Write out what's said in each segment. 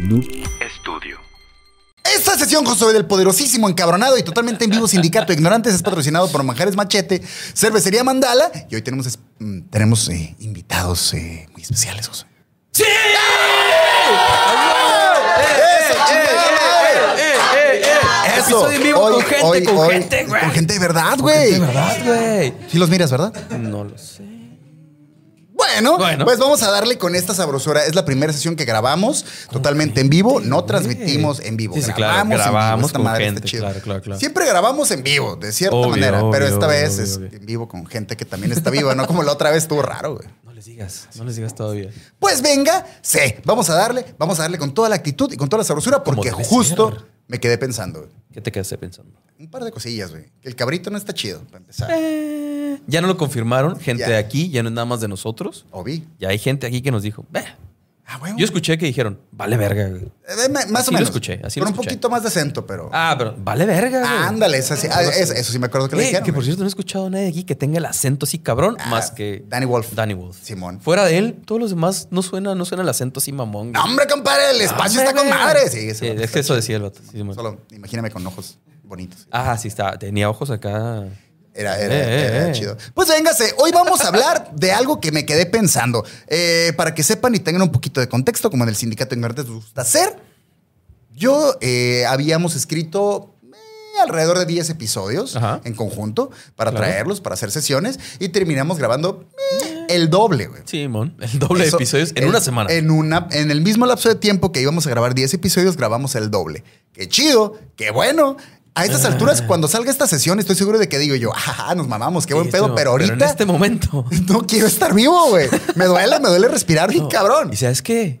Noob Studio. Esta sesión con sobre del poderosísimo, encabronado y totalmente en vivo sindicato ignorantes es patrocinado por Manjares Machete, Cervecería Mandala y hoy tenemos, es- mm, tenemos eh, invitados eh, muy especiales, José. ¡Eh, Eso. eh, Episodio en vivo Hoy- con gente, hoy- con hoy- gente, güey. Con gente de verdad, güey. ¿Verdad, güey? Sí los miras, ¿verdad? No lo sé. Bueno, Bueno. pues vamos a darle con esta sabrosura. Es la primera sesión que grabamos totalmente en vivo. No transmitimos en vivo. Sí, sí, claro, en vivo. grabamos Esta con madre está gente, chida. claro, claro, claro. Siempre grabamos en vivo, de cierta Obvio, manera. pero obvio, esta vez obvio, es obvio. en vivo con gente que también está viva, ¿no? Como la otra vez estuvo raro, güey. No les digas, no les digas todavía. Pues venga, sí. Vamos a darle, vamos a darle con toda la actitud y con toda la sabrosura porque debe justo ser. me quedé pensando, güey. ¿Qué te quedaste pensando? Un par de cosillas, güey. Que El cabrito no está chido, para empezar. Eh. Ya no lo confirmaron, gente Eh. Ya. de aquí, ya no es nada más de nosotros. Obi. Ya hay gente aquí que nos dijo, "Ve". Ah, güey. Yo escuché que dijeron, vale verga, güey. Eh, ma- Más Así o lo menos. escuché, así lo Con un escuché. poquito más de acento, pero. Ah, pero vale verga, güey. Ah, ándale, esa sí- ah, es- eso sí me acuerdo que le Eh, dijeron. que por güey. cierto, no he escuchado a nadie aquí que tenga el acento así cabrón, Ah, más que Danny Wolf. Danny Wolf. Simón. Fuera de él, todos los demás no suena, no suena el acento así mamón. No, güey. hombre, compadre, el espacio Hombre, está con güey. madre. Sí, ese Sí, vato es que está eso chido. decía el vato. sí, Simón. Solo imagíname con ojos bonitos. Ah, sí, está. Tenía ojos acá. Era, era, Eh, eh, era eh. chido. Pues véngase, hoy vamos a hablar de algo que me quedé pensando. Eh, para que sepan y tengan un poquito de contexto, como en el sindicato de ignorantes nos gusta hacer, yo eh, habíamos escrito eh, alrededor de 10 episodios Ajá. en conjunto para Claro. traerlos, para hacer sesiones y terminamos grabando eh, el doble, güey. Sí, Simón. El doble Eso, de episodios en una semana. En, una, en el mismo lapso de tiempo que íbamos a grabar 10 episodios, grabamos el doble. Qué chido, qué bueno. A estas Ah. alturas, cuando salga esta sesión, estoy seguro de que digo yo, ajá, nos mamamos, qué buen Sí, pedo, no, pero ahorita en este momento. no quiero estar vivo, güey. Me duele, me duele respirar, bien No. cabrón. Y sabes qué?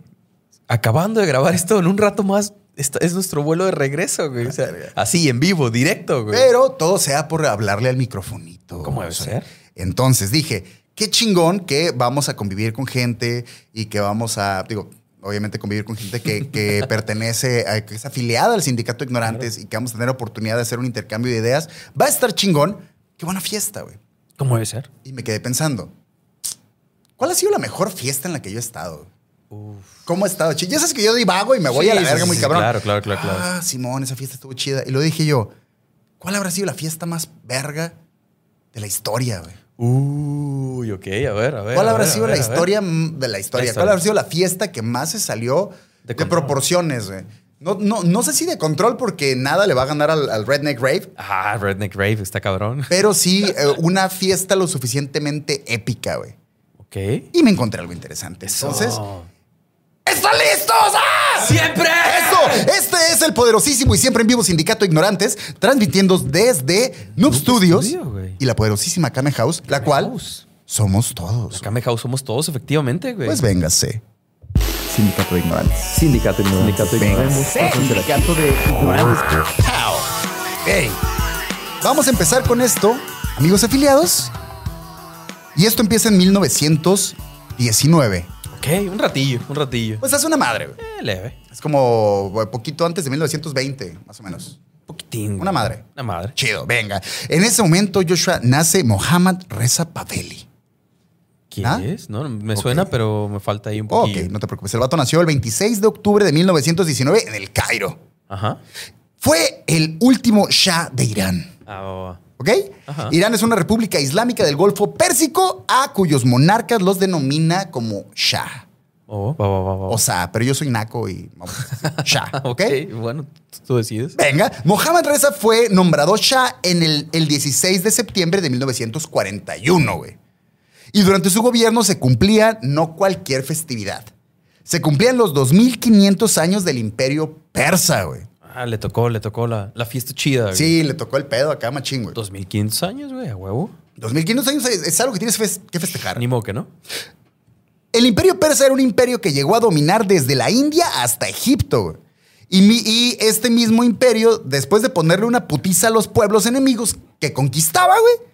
Acabando de grabar esto, en un rato más, esta- es nuestro vuelo de regreso, güey. O sea, así, en vivo, directo, güey. Ah, Pero todo sea por hablarle al microfonito. ¿Cómo debe O sea, ser? Entonces dije, qué chingón que vamos a convivir con gente y que vamos a, digo, obviamente convivir con gente que, que pertenece, a, que es afiliada al Sindicato de Ignorantes y que vamos a tener oportunidad de hacer un intercambio de ideas. Va a estar chingón. Qué buena fiesta, güey. ¿Cómo debe ser? Y me quedé pensando, ¿cuál ha sido la mejor fiesta en la que yo he estado? ¿Cómo ha estado? chi- Ya sabes que yo divago y me voy Sí, a la sí, verga sí, muy sí, cabrón. claro, claro, claro, claro. Ah, Simón, esa fiesta estuvo chida. Y lo dije yo, ¿cuál habrá sido la fiesta más verga de la historia, güey? Uy, ok, a ver, a ver. ¿Cuál a habrá ver, a sido ver, la a ver. historia mm, de la historia? La ¿Cuál historia. habrá sido la fiesta que más se salió de, De control. proporciones, güey? No, no, no sé si de control porque nada le va a ganar al, al Redneck Rave, Ah, Redneck Rave, está cabrón. pero sí eh, una fiesta lo suficientemente épica, güey. Ok. Y me encontré algo interesante. Entonces, ¿están listos? ¡Ah! ¡Siempre! Eso, este es el poderosísimo y siempre en vivo Sindicato Ignorantes, transmitiendo desde Noob Studios Studio, güey. y la poderosísima Kame House, la cual House. somos todos. Acá me House somos todos, efectivamente, güey. Pues véngase. Sindicato de Ignorantes. Sindicato Ignorante. Véngase. Sindicato de Ignorantes. Ey. Vamos a empezar con esto, amigos afiliados. Y esto empieza en 1919. ok, un ratillo, un ratillo. Pues es una madre, güey. Eh, leve. Es como eh, poquito antes de 1920, más o menos. Un poquitín. güey. Una madre. Una madre. Chido, venga. En ese momento Joshua nace Mohammad Reza Pahlavi. ¿Quién ¿Ah? es? No, me Ok. suena, pero me falta ahí un Ok, poquillo. no te preocupes. El vato nació el 26 de octubre de 1919 en el Cairo. Ajá. Fue el último Shah de Irán. Ah, va, va. ¿Ok? Ajá. Irán es una república islámica del Golfo Pérsico a cuyos monarcas los denomina como Shah. Oh, va, va, va, va. O sea, pero yo soy naco y vamos, Shah. ¿Ok? ok, bueno, tú- tú decides. Venga, Mohammad Reza fue nombrado Shah en el, el 16 de septiembre de 1941, güey. Y durante su gobierno se cumplía no cualquier festividad. Se cumplían los 2500 años del imperio persa, güey. Ah, le tocó, le tocó la, la fiesta chida. güey. Sí, le tocó el pedo acá, machín, güey. 2015 años, güey, a huevo. 2500 años es, es algo que tienes fes- que festejar. Ni modo que no. El imperio persa era un imperio que llegó a dominar desde la India hasta Egipto. güey. Y, mi- y este mismo imperio, después de ponerle una putiza a los pueblos enemigos que conquistaba, güey,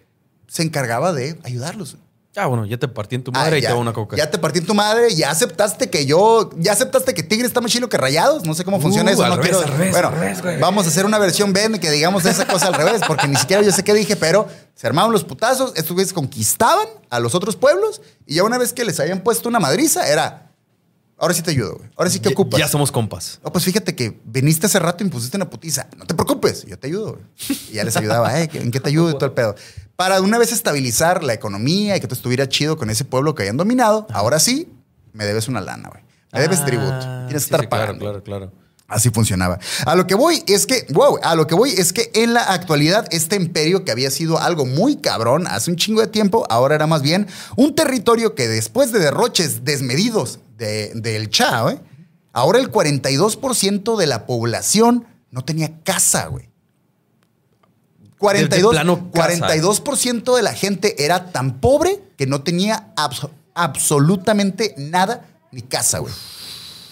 se encargaba de ayudarlos. güey. Ah, bueno, ya te partí en tu Ah, madre y ya, te hago una coca. Ya te partí en tu madre, ya aceptaste que yo, ya aceptaste que Tigre está más chilo que Rayados. No sé cómo funciona Uh, eso. al no revés, quiero- al revés, bueno, al revés, güey. vamos a hacer una versión B en que digamos esa cosa al revés, porque ni siquiera yo sé qué dije, pero se armaban los putazos, estos güeyes conquistaban a los otros pueblos y ya una vez que les habían puesto una madriza, era. Ahora sí te ayudo, güey. Ahora sí que Ya- ocupas. Ya somos compas. No, pues fíjate que viniste hace rato y me pusiste una putiza. No te preocupes, yo te ayudo. güey. Y ya les ayudaba, "Eh, ¿en qué te ayudo? Y todo el pedo. Para de una vez estabilizar la economía y que tú estuviera chido con ese pueblo que hayan dominado, ahora sí, me debes una lana, güey. Me debes Ah, tributo. Tienes que sí, estar sí, pagando. Claro, claro, claro. Así funcionaba. A lo que voy es que, wow, a lo que voy es que en la actualidad este imperio que había sido algo muy cabrón hace un chingo de tiempo, ahora era más bien un territorio que después de derroches desmedidos de- del Cha, güey, ahora el 42% de la población no tenía casa, güey. 42, Del- del plano casa. 42% de la gente era tan pobre que no tenía abso- absolutamente nada ni casa, güey.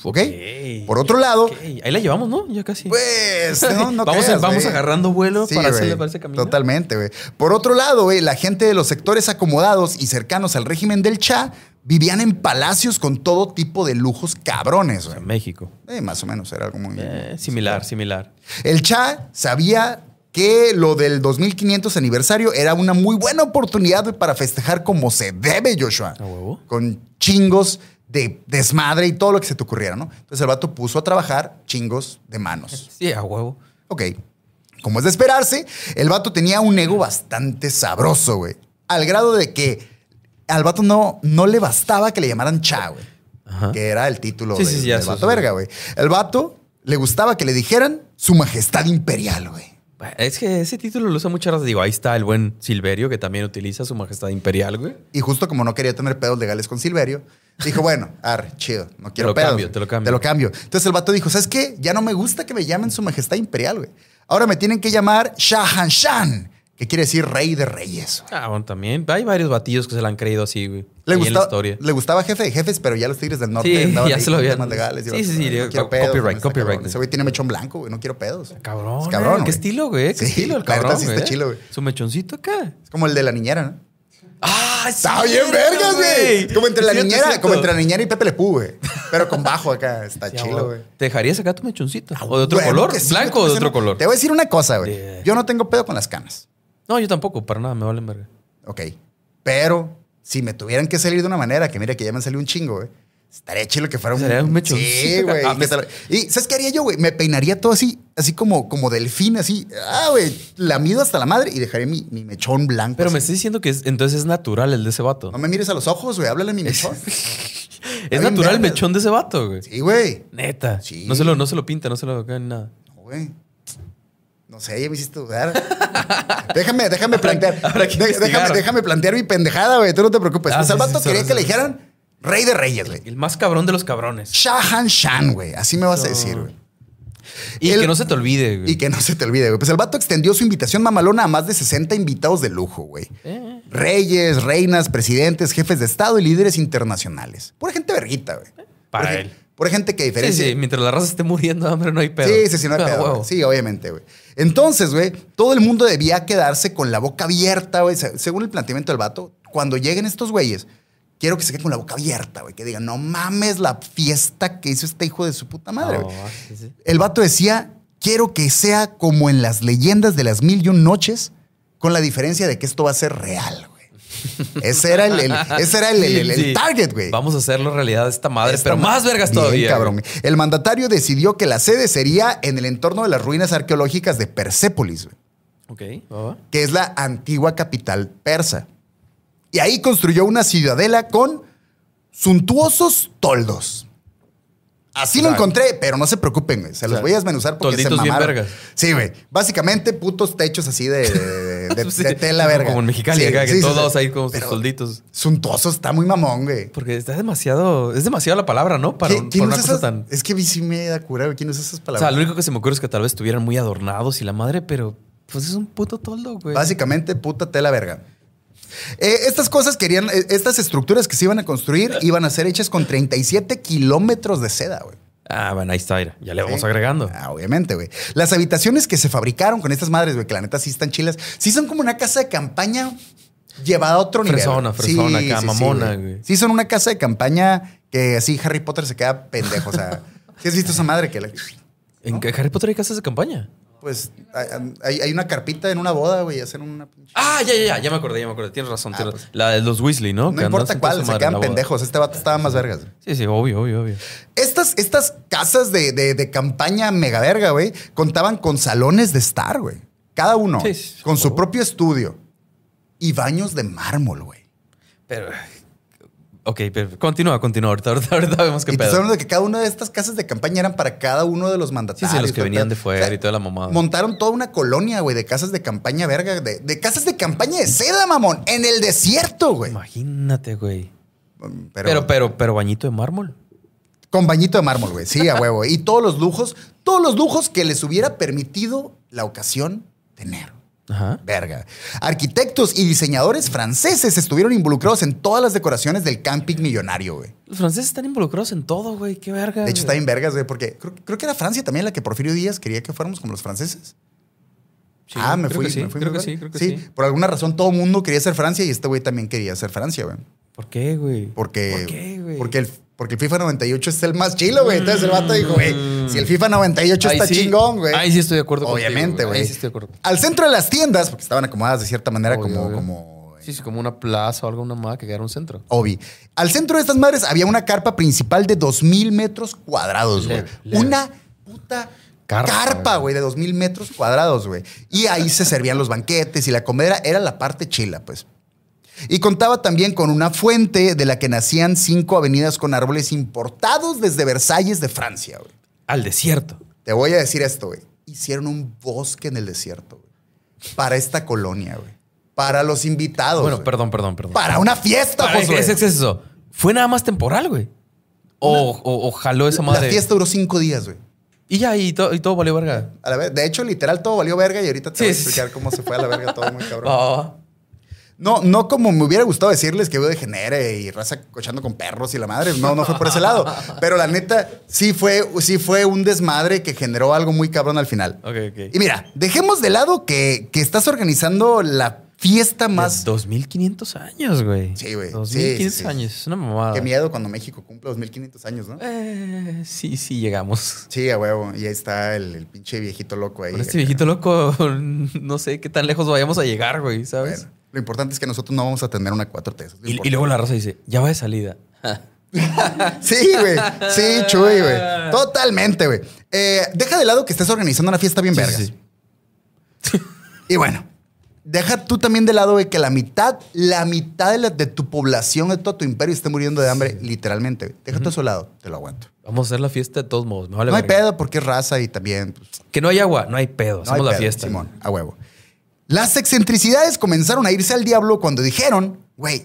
¿Ok? Ok. Por otro lado, Ok, Ahí la llevamos, ¿no? Ya casi. pues, no, no vamos, creas, vamos güey. agarrando vuelo Sí, para güey. hacerle para ese camino. Totalmente, güey. Por otro lado, güey, la gente de los sectores acomodados y cercanos al régimen del Cha vivían en palacios con todo tipo de lujos cabrones, O güey. sea, México. Eh, más o menos, era algo muy... Eh, similar, similar. El Cha sabía que lo del 2500 aniversario era una muy buena oportunidad güey, para festejar como se debe, Joshua. ¿A huevo? Con chingos de desmadre y todo lo que se te ocurriera, ¿no? Entonces el vato puso a trabajar chingos de manos. Sí, a huevo. Ok. Como es de esperarse, el vato tenía un ego bastante sabroso, güey. Al grado de que al vato no, no le bastaba que le llamaran cha, güey. Ajá. Que era el título Sí, del, sí, sí, ya del sé, vato sí. verga, güey. El vato le gustaba que le dijeran su majestad imperial, güey. Es que ese título lo usa muchas veces. Digo, ahí está el buen Silverio que también utiliza su majestad imperial, güey. Y justo como no quería tener pedos legales con Silverio, dijo, bueno, arre, chido, no quiero lo pedos. cambio, güey. te lo cambio. Te lo cambio. Entonces el vato dijo, ¿sabes qué? Ya no me gusta que me llamen su majestad imperial, güey. Ahora me tienen que llamar Shahanshan, que quiere decir rey de reyes, güey. Ah, bueno, también. Hay varios batillos que se la han creído así, güey. Le, Ahí en la gusta, historia. le gustaba jefe de jefes, pero ya los Tigres del Norte Sí, andaban ya ahí se lo con habían- temas legales. Sí, sí, sí, No de- quiero co- pedos, copyright, está copyright. cabrón. Ese güey tiene mechón blanco, güey. No quiero pedos. Cabrón, Es eh, cabrón, qué güey. estilo, güey. Qué Sí, estilo el la neta cabrón, sí está güey. chilo, güey. Su mechoncito acá. Es como el de la niñera, ¿no? Ah, Está bien vergas, güey. Como entre la niñera, como entre la niñera y Pepe Le Pú, güey. Pero con bajo acá. Está chilo, güey. Ah, ¿Te dejarías acá tu mechoncito? ¿O de otro Bueno, color? que sí, ¿Blanco güey, o de tú otro dices, no. color? Te voy a decir una cosa, güey. Yeah. Yo no tengo pedo con las canas. No, yo tampoco, para nada, me valen verga. Ok. Pero si me tuvieran que salir de una manera, que mira que ya me han salido un chingo, güey. Estaría chido que fuera un... Sería un mechoncito. Sí, güey. Ah, Y me- que te lo- Y ¿sabes qué haría yo, güey? Me peinaría todo así, así como, como delfín, así. Ah, güey. Lamido hasta la madre y dejaría mi, mi mechón blanco. Pero me así. estás diciendo que es- entonces es natural el de ese pues vato. No me mires a los ojos, güey. Háblale a mi mechón. es bien natural vergas. el mechón de ese vato, güey. sí, güey. Neta. Sí. No, se lo, no se lo pinta, no se lo acá ni nada. No, güey. No sé, ya me hiciste dudar. déjame, déjame plantear. habrá que de- investigar. déjame, déjame plantear mi pendejada, güey. Tú no te preocupes. Ah, pues al sí, vato sí, quería sí, que sí. le dijeran rey de reyes, güey. El más cabrón de los cabrones. Shahan Shan, güey. Así me vas a Eso. decir, güey. Y El- que no se te olvide, güey. Y que no se te olvide, güey. Pues el vato extendió su invitación mamalona a más de 60 invitados de lujo, güey. Eh, Reyes, reinas, presidentes, jefes de Estado y líderes internacionales. Pura gente verguita, güey. Para Pura él. gen- Pura gente que sí, diferencia. sí, mientras la raza esté muriendo de hambre no hay pedo. Sí, sí, sí, no hay Ah, pedo, huevo. güey. Sí, obviamente, güey. Entonces, güey, todo el mundo debía quedarse con la boca abierta, güey. Se- Según el planteamiento del vato, cuando lleguen estos güeyes, quiero que se queden con la boca abierta, güey. Que digan, no mames la fiesta que hizo este hijo de su puta madre, No, güey. sí, sí. El vato decía, quiero que sea como en las leyendas de las mil y un noches, con la diferencia de que esto va a ser real, güey. Ese era el, el- ese era el, el- el- el Sí, sí. target, güey. Vamos a hacerlo realidad esta madre, Esta pero ma- más vergas Bien, todavía. cabrón. El mandatario decidió que la sede sería en el entorno de las ruinas arqueológicas de Persépolis, güey, Ok. va, va. que es la antigua capital persa. Y ahí construyó una ciudadela con suntuosos toldos. Así lo O sea, encontré, pero no se preocupen, güey. Se los o sea, voy a desmenuzar porque se tolditos bien mamaron. vergas. Sí, güey. Básicamente, putos techos así de, de- de- Sí. de tela verga. Como en Mexicali, Sí, acá, sí, que sí, todos sí. ahí con sus Pero solditos. Suntuoso está muy mamón, güey. Porque está demasiado. Es demasiado la palabra, ¿no? Para, ¿Qui- un- quién para una usa cosa esas- tan. Es que sí me da cura, güey. ¿Quién usa esas O palabras? sea, lo único que se me ocurre es que tal vez estuvieran muy adornados y la madre, pero pues es un puto toldo, güey. Básicamente, puta tela verga. Eh, estas cosas querían, eh, estas estructuras que se iban a construir iban a ser hechas con 37 kilómetros de seda, güey. Ah, bueno, ahí está, mira, ya le vamos Sí. agregando. Ah, obviamente, güey. Las habitaciones que se fabricaron con estas madres, güey, que la neta sí están chilas, sí son como una casa de campaña llevada a otro nivel. Fresona, güey. fresona acá, mamona, güey. Sí, son una casa de campaña que así Harry Potter se queda pendejo. O sea, ¿sí has visto esa madre que la- ¿En qué Harry Potter hay casas de campaña? pues hay, hay una carpita en una boda, güey, hacen una pinche. Ah, ya, ya, ya, ya me acordé, ya me acordé. Tienes razón. Ah, tienes- pues. La de los Weasley, ¿no? No, Que andan importa sin cuál, su se madre en la quedan boda. pendejos. Este vato estaba más vergas. güey. Sí, sí, obvio, obvio, obvio. Estas, estas casas de, de- de campaña mega verga, güey, contaban con salones de estar, güey. Cada uno. Sí, sí, con su huevo. propio estudio. Y baños de mármol, güey. Pero. Ok, pero continúa, continúa. Ahorita, ahorita, ahorita vemos qué Y te estoy pedo. hablando de que cada una de estas casas de campaña eran para cada uno de los Sí, mandatarios. sí, los que tal, venían tal. de O fuera sea, y toda la mamada. Montaron toda una colonia, güey, de casas de campaña verga, de, de casas de campaña de seda, mamón, en el desierto, güey. Imagínate, güey. Pero, Pero, pero, pero, bañito de mármol. con bañito de mármol, güey, sí, a huevo. y todos los lujos, todos los lujos que les hubiera permitido la ocasión tener. Ajá. Verga. Arquitectos y diseñadores franceses estuvieron involucrados en todas las decoraciones del camping millonario, güey. Los franceses están involucrados en todo, güey. Qué verga. De hecho, está güey. bien vergas, güey, porque creo, creo que era Francia también la que Porfirio Díaz quería que fuéramos como los franceses. Sí, ah, me creo fui, que sí, me fui creo muy que verga. sí, creo que sí. Por alguna razón todo el mundo quería ser Francia y este güey también quería ser Francia, güey. ¿Por qué, güey? Porque, ¿Por qué, güey? Porque el, porque el FIFA 98 es el más chilo, güey. Entonces el vato dijo, güey, si el FIFA 98 Ahí está sí. chingón, güey. Ahí sí estoy de acuerdo contigo, Obviamente, güey. güey. Ahí sí estoy de acuerdo. Al centro de las tiendas, porque estaban acomodadas de cierta manera Obvio, como... obvio. como Sí, sí, como una plaza o algo, una mamada que quedara un centro. Obi. Al centro de estas madres había una carpa principal de 2.000 metros cuadrados, güey. Leve, leve. Una puta Carpa, carpa, güey, de 2.000 metros cuadrados, güey. Y ahí se servían los banquetes y la comedera era la parte chila, pues. Y contaba también con una fuente de la que nacían cinco avenidas con árboles importados desde Versalles de Francia, güey. Al desierto. Te voy a decir esto, güey. Hicieron un bosque en el desierto, güey. Para esta colonia, güey. Para los invitados. bueno, güey. perdón, perdón, perdón. Para una fiesta, pues, Para- Josué. es exceso. Fue nada más temporal, güey. O, o- o jaló esa La madre. fiesta duró cinco días, güey. Y ya, y, to- y todo valió verga. A la ver- de hecho, literal, todo valió verga y ahorita te Sí, voy a sí, explicar cómo se fue a la verga todo muy Va, cabrón. va, va. No, no como me hubiera gustado decirles que veo de genere y raza cochando con perros y la madre. No, no fue por ese lado. Pero la neta, sí fue, sí fue un desmadre que generó algo muy cabrón al final. Ok, ok. Y mira, dejemos de lado que, que estás organizando la fiesta más... 2500 años, güey. Sí, güey. 2500 Sí, sí, sí. años. Es una mamada. Qué miedo cuando México cumple 2500 años, ¿no? Eh, sí, sí, llegamos. Sí, a huevo. Y ahí está el, el pinche viejito loco ahí. Con este viejito loco, no sé qué tan lejos vayamos a llegar, güey, ¿sabes? Bueno, lo importante es que nosotros no vamos a tener una 4T. eso es lo y, y importante. luego la raza dice, ya va de salida. Sí, güey. Sí, Chuy, güey. Totalmente, güey. Eh, deja de lado que estés organizando una fiesta bien Sí, vergas. sí, sí. Y bueno, deja tú también de lado, güey, que la mitad, la mitad de, la- de tu población, de todo tu imperio, esté muriendo de hambre, literalmente. güey. Deja todo eso de lado, te lo aguanto. Vamos a hacer la fiesta de todos modos. me vale No hay verga. pedo porque es raza y también. pues, Que no hay agua, no hay pedo. no hay Hacemos la pedo, fiesta. Simón, a huevo. Las excentricidades comenzaron a irse al diablo cuando dijeron, güey,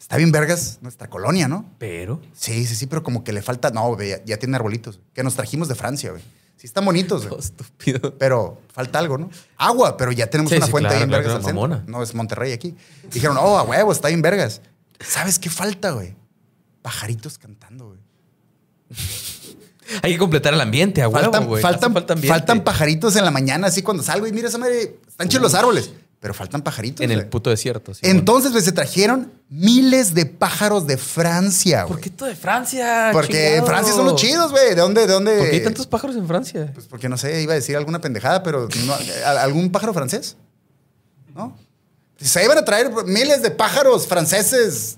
está bien vergas nuestra colonia, ¿no? Pero. Sí, sí, sí, pero como que le falta. No, güey, ya, ya tiene arbolitos que nos trajimos de Francia, güey. Sí, están bonitos, Todo güey. estúpido. Pero falta algo, ¿no? Agua, pero ya tenemos Sí, una sí, fuente claro, ahí en claro, Vergas. claro, al centro. mamona. No, es Monterrey aquí. Dijeron, oh, a huevo, está ahí en Vergas. ¿Sabes qué falta, güey? Pajaritos cantando, güey. Hay que completar el ambiente, a huevo, Faltan, güey. faltan, Hace falta faltan, ambiente. pajaritos en la mañana, así cuando salgo y mira esa madre, están chidos los árboles, pero faltan pajaritos. En el güey. puto desierto. Simón. Entonces, güey, se trajeron miles de pájaros de Francia, güey. ¿Por qué todo de Francia? Porque en chingado? Francia son los chidos, güey. ¿De dónde? ¿De dónde? ¿Por qué hay tantos pájaros en Francia? Pues porque no sé, iba a decir alguna pendejada, pero no- ¿al- ¿algún pájaro francés? ¿No? Se iban a traer miles de pájaros franceses,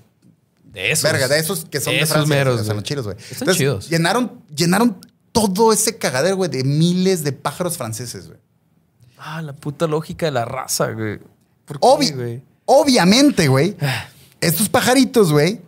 De esos. verga, de esos que son de Esos Francia. meros, o sea, güey. los chilos, güey. Están Entonces, chidos. Llenaron, llenaron todo ese cagadero, güey, de miles de pájaros franceses, güey. Ah, la puta lógica de la raza, güey. ¿Por qué, Obvi- güey? obviamente, güey, Ah. estos pajaritos, güey,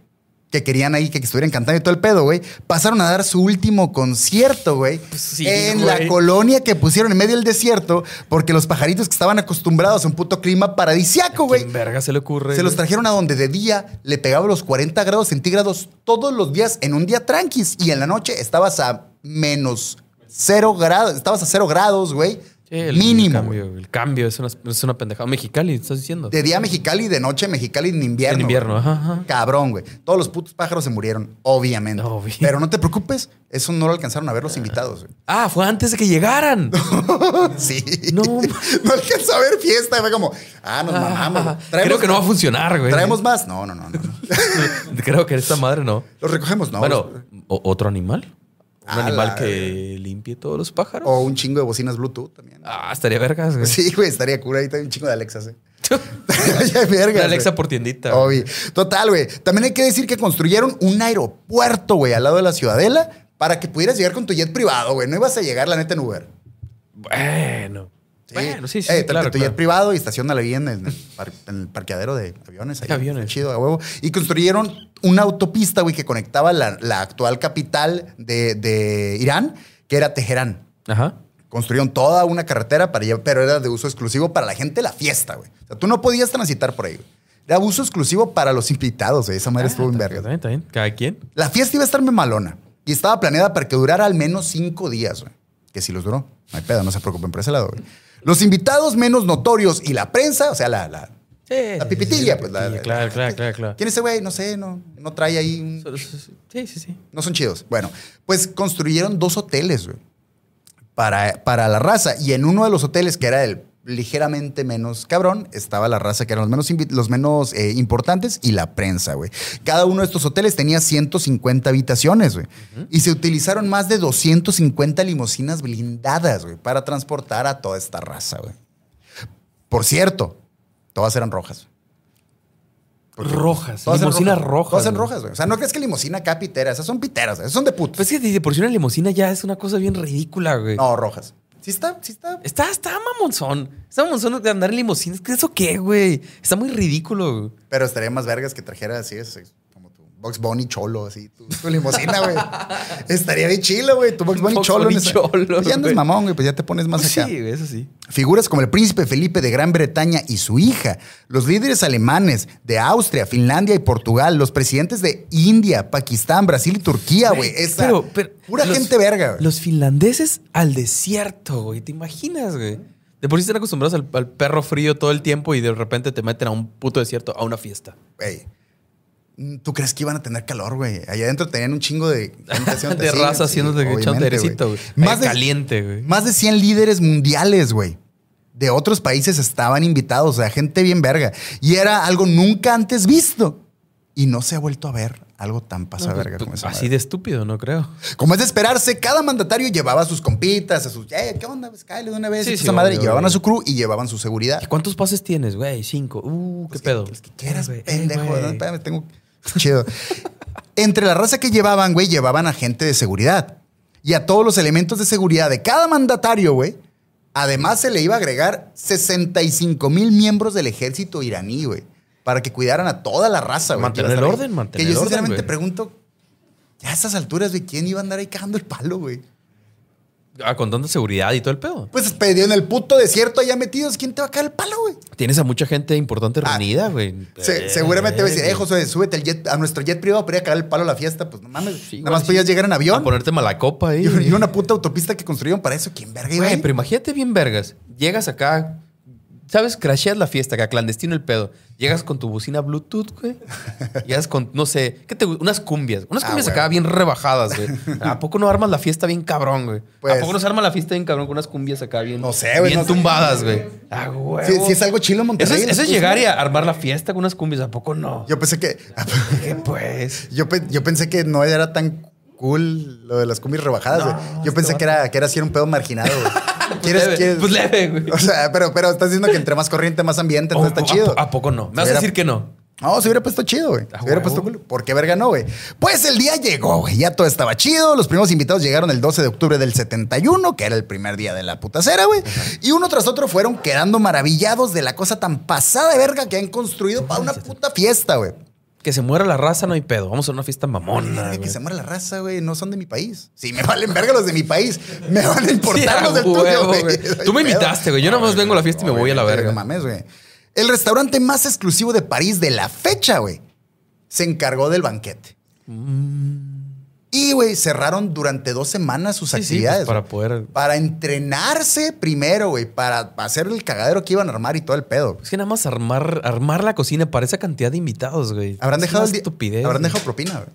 que querían ahí que estuvieran cantando y todo el pedo, güey, pasaron a dar su último concierto, güey, Pues sí, en güey. la colonia que pusieron en medio del desierto, porque los pajaritos que estaban acostumbrados a un puto clima paradisiaco, güey, ¿Quién verga se le ocurre? se los güey? trajeron a donde de día le pegaba los 40 grados centígrados todos los días en un día tranquis y en la noche estabas a menos cero grados, estabas a cero grados, güey, Sí, el- El mínimo. güey. cambio, el cambio es, una, es una pendejada. Mexicali, estás diciendo. De día Mexicali, de noche Mexicali en invierno. En invierno, güey. ajá, ajá. Cabrón, güey. Todos los putos pájaros se murieron, obviamente. Obvio. Pero no te preocupes, eso no lo alcanzaron a ver los invitados, güey. Ah, fue antes de que llegaran. Sí. No. no alcanzó a ver fiesta. Fue como, ah, nos mamamos. güey. Ah, Creo que no ¿eh? va a funcionar, güey. ¿Traemos más? No, no, no, no. no. Creo que esta madre no. Los recogemos, no. bueno, o- Ah, otro animal. Un A animal la que limpie todos los pájaros. O un chingo de bocinas Bluetooth también. Ah, estaría vergas, güey. Sí, güey, estaría cura. Ahí también un chingo de Alexas, eh. Ya, vergas, Una güey. Ah, Alexa por tiendita. güey. Obvio. Total, güey. También hay que decir que construyeron un aeropuerto, güey, al lado de la Ciudadela para que pudieras llegar con tu jet privado, güey. No ibas a llegar, la neta, en Uber. Bueno. Bueno, sí, sí, Eh, sí, tráete claro, tu claro. jet privado y estacionala bien en el, par- en el parqueadero de aviones. Ahí. Aviones. Chido, a huevo. Y construyeron una autopista, güey, que conectaba la, la actual capital de, de Irán, que era Teherán. Ajá. Construyeron toda una carretera para llevar, pero era de uso exclusivo para la gente de la fiesta, güey. O sea, tú no podías transitar por ahí, güey. Era uso exclusivo para los invitados, güey. Esa madre estuvo en verga. Ah, También, también. Cada quien. La fiesta iba a estar malona y estaba planeada para que durara al menos cinco días, güey. Que si los duró, no hay pedo, no se preocupen por ese lado, güey. Los invitados menos notorios y la prensa, o sea, la, la, Sí. la pipitilla, pues. la- la- claro, claro, claro, claro. ¿Quién es ese güey? No sé, no, no trae ahí. un- Sí, sí, sí. No son chidos. Bueno, pues construyeron dos hoteles, güey, para, para la raza. Y en uno de los hoteles, que era el ligeramente menos cabrón, estaba la raza que eran los menos, invi- los menos eh, importantes y la prensa, güey. Cada uno de estos hoteles tenía 150 habitaciones, güey. Y se utilizaron más de 250 limusinas blindadas, güey, para transportar a toda esta raza, güey. Por cierto, todas eran rojas. Porque- Rojas. Todas eran Limusinas rojas. Todas eran güey. rojas, güey. O sea, no crees que limusina acá pitera. Esas son piteras, güey. esas son de putos. Pues es que de por sí una limusina ya es una cosa bien ridícula, güey. No, rojas. Sí está, sí está. Está, está mamonzón. Está mamonzón de andar en limusina. ¿Es que ¿Eso qué, güey? Está muy ridículo, güey. Pero estaría más vergas que trajera así, ese, como tu Box Bunny cholo, así, tu, tu limusina, güey. estaría de chilo, güey. Tu Box Bunny Bugs cholo. en Bunny esa- cholo, Pues ya andas güey. mamón, güey. Pues ya te pones más Pues acá. Sí, güey, eso sí. Figuras como el príncipe Felipe de Gran Bretaña y su hija, los líderes alemanes de Austria, Finlandia y Portugal, los presidentes de India, Pakistán, Brasil y Turquía, güey. Esa Pero- pero- pura los- gente verga, güey. Los finlandeses al desierto, güey. ¿Te imaginas, güey? De por sí están acostumbrados al, al perro frío todo el tiempo y de repente te meten a un puto desierto, a una fiesta. Güey, mm, ¿Tú crees que iban a tener calor, güey? Allá adentro tenían un chingo de... gente haciéndote de así, raza sí, haciéndote que echando obviamente, airecito, güey. Más Más de, caliente, güey. más de 100 líderes mundiales, güey. De otros países estaban invitados, o sea, gente bien verga. Y era algo nunca antes visto. Y no se ha vuelto a ver algo tan No, pasaverga pues, como eso. Así de estúpido, no creo. Como es de esperarse, cada mandatario llevaba a sus compitas, a sus... "Eh, ¿Qué onda? Pues cáele de una vez. Sí, y sí, esa madre. obvio, llevaban obvio. a su crew y llevaban su seguridad. ¿Y cuántos pases tienes, güey? Cinco. Uh, qué Pues, pedo. Los que quieras, Eh, güey, eh, pendejo. güey. No, espérame, tengo. Chido. Entre la raza que llevaban, güey, llevaban a gente de seguridad. Y a todos los elementos de seguridad de cada mandatario, güey. Además, se le iba a agregar 65 mil miembros del ejército iraní, güey. Para que cuidaran a toda la raza, güey. que iba a Mantener el estar ahí. orden, mantener Que el yo orden, sinceramente güey. pregunto, ya a estas alturas, güey, ¿quién iba a andar ahí cagando el palo, güey? Ah, con tanta seguridad y todo el pedo. Pues pedido en el puto desierto allá metidos, ¿quién te va a cagar el palo, güey? Tienes a mucha gente importante Ah, reunida, güey. Se- Eh, seguramente va a decir, güey. eh, Josué, súbete al jet- a nuestro jet privado para ir a cagar el palo a la fiesta. Pues no mames, Sí, nada igual más sí. podías llegar en A avión. ponerte mala copa ahí. Y, güey. y una puta autopista que construyeron para eso. ¿Quién verga iba Güey, ahí? pero imagínate bien, vergas. Llegas acá, ¿sabes? Crasheas la fiesta acá, clandestino el pedo. Llegas con tu bocina Bluetooth, güey. Llegas con, no sé, ¿qué te gu- Unas cumbias. Unas Ah, cumbias güey. acá bien rebajadas, güey. ¿A poco no armas la fiesta bien cabrón, güey? Pues- ¿A poco no se arma la fiesta bien cabrón con unas cumbias acá bien, No sé, güey, bien no sé. tumbadas, güey? Ah, güey. Si, si es algo chilo, Eso Monterrey. es, eso es pues, llegar y ¿no? a- armar la fiesta con unas cumbias. ¿A poco no? Yo pensé que. ¿Qué pues? Yo, pe- yo pensé que no era tan cool lo de las cumbis rebajadas, güey. No, yo este pensé que era, que era así era un pedo marginado, güey. ¿Quieres, leve, quieres- pues leve, güey. O sea, pero, pero estás diciendo que entre más corriente, más ambiente, entonces ¿O- está chido. ¿A, a poco no? Me vas a Era- decir que no. No, se hubiera puesto chido, güey. Ah, Se hubiera huevo. puesto cool. ¿Por qué verga no, güey? Pues el día llegó, güey. Ya todo estaba chido. Los primeros invitados llegaron el 12 de octubre del 71, que era el primer día de la putacera, güey. Y uno tras otro fueron quedando maravillados de la cosa tan pasada de verga que han construido para una puta fiesta, güey. Que se muera la raza, no hay pedo. Vamos a una fiesta mamona. Verga, güey. que se muera la raza, güey. No son de mi país. Sí, me valen verga los de mi país. Me van a importar Sí, a los del tuyo, huevo, güey. güey. No hay Tú me pedo. invitaste, güey. Yo nada más vengo a la fiesta y me voy a la Obviamente, verga. No mames, güey. El restaurante más exclusivo de París de la fecha, güey, se encargó del banquete. Y, güey, cerraron durante dos semanas sus Mm. Sí, sí, actividades. pues, para güey. poder- Para entrenarse primero, güey, para hacer el cagadero que iban a armar y todo el pedo. Es que nada más armar, armar la cocina para esa cantidad de invitados, güey. Habrán Es dejado una el di- estupidez. Habrán güey. dejado propina, güey.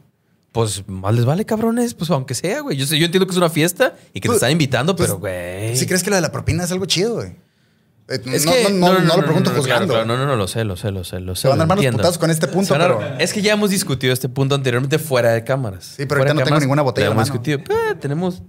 Pues más les vale, cabrones. Pues aunque sea, güey. Yo, sé, yo entiendo que es una fiesta y que Pues- te están invitando, pues, pero, güey. Si crees que lo de la propina es algo chido, güey. Eh, Es no, que- no, no, no lo pregunto no, no, claro, juzgando. claro, no, no, no, lo sé, lo sé, lo sé. Lo sé Se van a lo armar los entiendo. putazos con este punto, Se van a- pero- Es que ya hemos discutido este punto anteriormente fuera de cámaras. Sí, pero Fuera ahorita de no tengo cámaras, ninguna botella lo en la hemos mano. discutido. Eh, tenemos.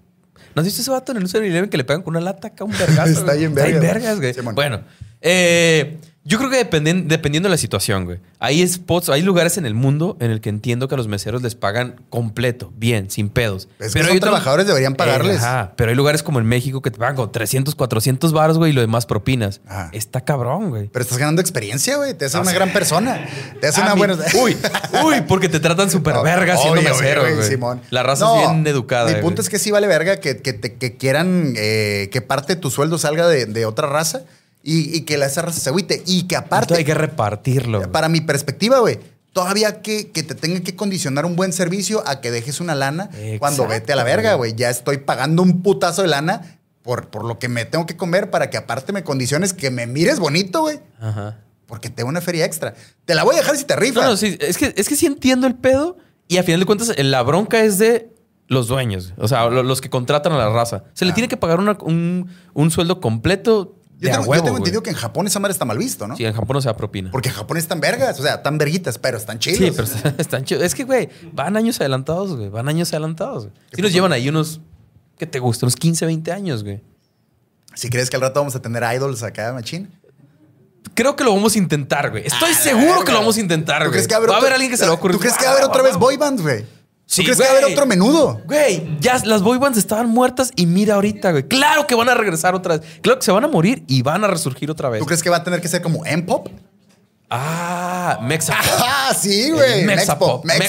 ¿No has visto ese vato en el 7-Eleven que le pegan con una lata acá, un vergazo? Está güey? bien bien vergas. vergas, güey. Sí, bueno. bueno, eh, yo creo que dependen- dependiendo de la situación, güey. Hay spots, hay lugares en el mundo en el que entiendo que a los meseros les pagan completo, bien, sin pedos. Es que Pero son hay otro- trabajadores, deberían pagarles. Eh, Ajá, pero hay lugares como en México que te pagan con 300, 400 baros, güey, y lo demás propinas. Ajá. Está cabrón, güey. Pero estás ganando experiencia, güey. Te hace No una sé. gran persona. Te hace Ah, una mi- buena. Oh, Uy, uy, porque te tratan súper verga siendo Obvio, mesero, güey. Simón. La raza No, es bien educada. eh, Mi punto güey. es que sí vale verga que, que te- que quieran eh, que parte de tu sueldo salga de, de otra raza y, y que la, esa raza se agüite. Y que Entonces aparte, hay que repartirlo. güey. para mi perspectiva, güey, todavía que, que te tenga que condicionar un buen servicio a que dejes una lana cuando Exacto, vete a la verga, güey. güey. Ya estoy pagando un putazo de lana por, por lo que me tengo que comer para que aparte me condiciones que me mires bonito, güey. Ajá. Porque te doy una feria extra. Te la voy a dejar si te rifas. No, no, sí, es que, es que sí entiendo el pedo y a final de cuentas eh, la bronca es de los dueños, o sea, lo- los que contratan a la raza. Se le Ah. tiene que pagar una- un, un sueldo completo de Yo tengo, a yo huevo, tengo güey. entendido que en Japón esa madre está mal visto, ¿no? Sí, en Japón no se da propina. Porque en Japón están vergas, o sea, están verguitas, pero están chidos. Sí, pero están chidos. Es que, güey, van años adelantados, güey. Van años adelantados. güey. Sí nos llevan ahí unos, ¿qué te gusta? Unos 15, 20 años, güey. Si crees que al rato vamos a tener idols acá, machín. Creo que lo vamos a intentar, güey. Estoy Ah, la seguro verga. que lo vamos a intentar, ¿Tú güey. crees que va a haber, va a otro- haber alguien que se lo va a ocurrir. ¿Tú crees que va a haber "Wow, otra vez wow". boy bands, güey? Sí, ¿Tú crees que va a haber güey. otro menudo? Güey, ya las boy bands estaban muertas y mira ahorita, güey. Claro que van a regresar otra vez. Claro que se van a morir y van a resurgir otra vez. ¿Tú crees que va a tener que ser como M-Pop? Ah, Mexa. Ah, sí, güey. El Mexpop. Mexapop. Mexpop,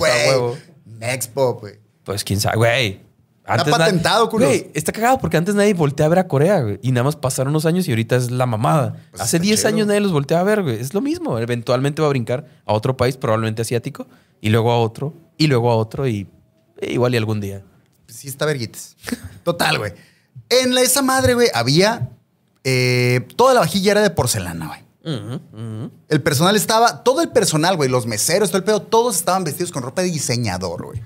Mexpop, a huevo. güey. Mexpop, güey. Pues quién sabe, güey. na- patentado, culos. Güey, está cagado porque antes nadie voltea a ver a Corea, güey. Y nada más pasaron unos años y ahorita es la mamada. Pues Hace está 10 chido. años nadie los voltea a ver, güey. Es lo mismo. Eventualmente va a brincar a otro país, probablemente asiático, y luego a otro, y luego a otro, y e igual y algún día. pues, Sí está verguitas. Total, güey. En la, esa madre, güey, había... eh, toda la vajilla era de porcelana, güey. Ujú, ujú. El personal estaba, todo el personal, güey, los meseros, todo el pedo, todos estaban vestidos con ropa de diseñador, güey.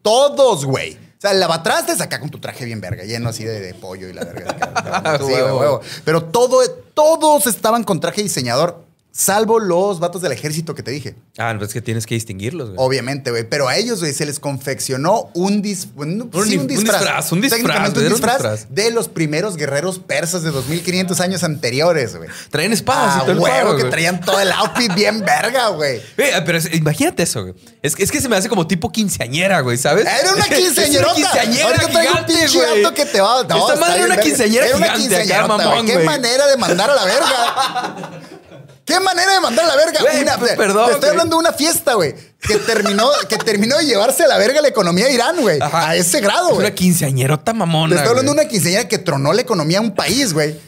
Todos, güey. O sea, el lavatrastes acá con tu traje bien verga, lleno así de, de pollo y la verga. acá. Sí, güey, Huevo. huevo. Pero todo, todos estaban con traje de diseñador, salvo los vatos del ejército pues que te dije. Ah, no, es que tienes que distinguirlos, güey. Obviamente, güey. Pero a ellos, güey, se les confeccionó un, dis- un- Un sí, un dif- un disfraz. disfraz, un disfraz, Técnicamente un güey, era un disfraz, disfraz. de los primeros guerreros persas de 2500 años anteriores, güey. Traían espadas Ah, y todo el huevo, pedo, que güey. traían todo el outfit bien verga, güey. Güey, ah, pero es- imagínate eso, güey. Es, que- es que se me hace como tipo quinceañera, güey, ¿sabes? Era una Es quinceañerota. una quinceañera Ahorita traigo un gigante, pinche güey. auto que te va a... no, Esta está madre era bien una verga. quinceañera Era una gigante acá, quinceañerota, güey. mamón, Qué güey. manera de mandar a la verga. Qué manera de mandar a la verga. Güey, Una- pues, perdón, te estoy güey. hablando de una fiesta, güey. Que terminó, que terminó de llevarse a la verga la economía de Irán, güey. Ajá. A ese grado, Es güey. una quinceañerota mamona, Te estoy hablando de güey. una quinceañera que tronó la economía a un país, güey.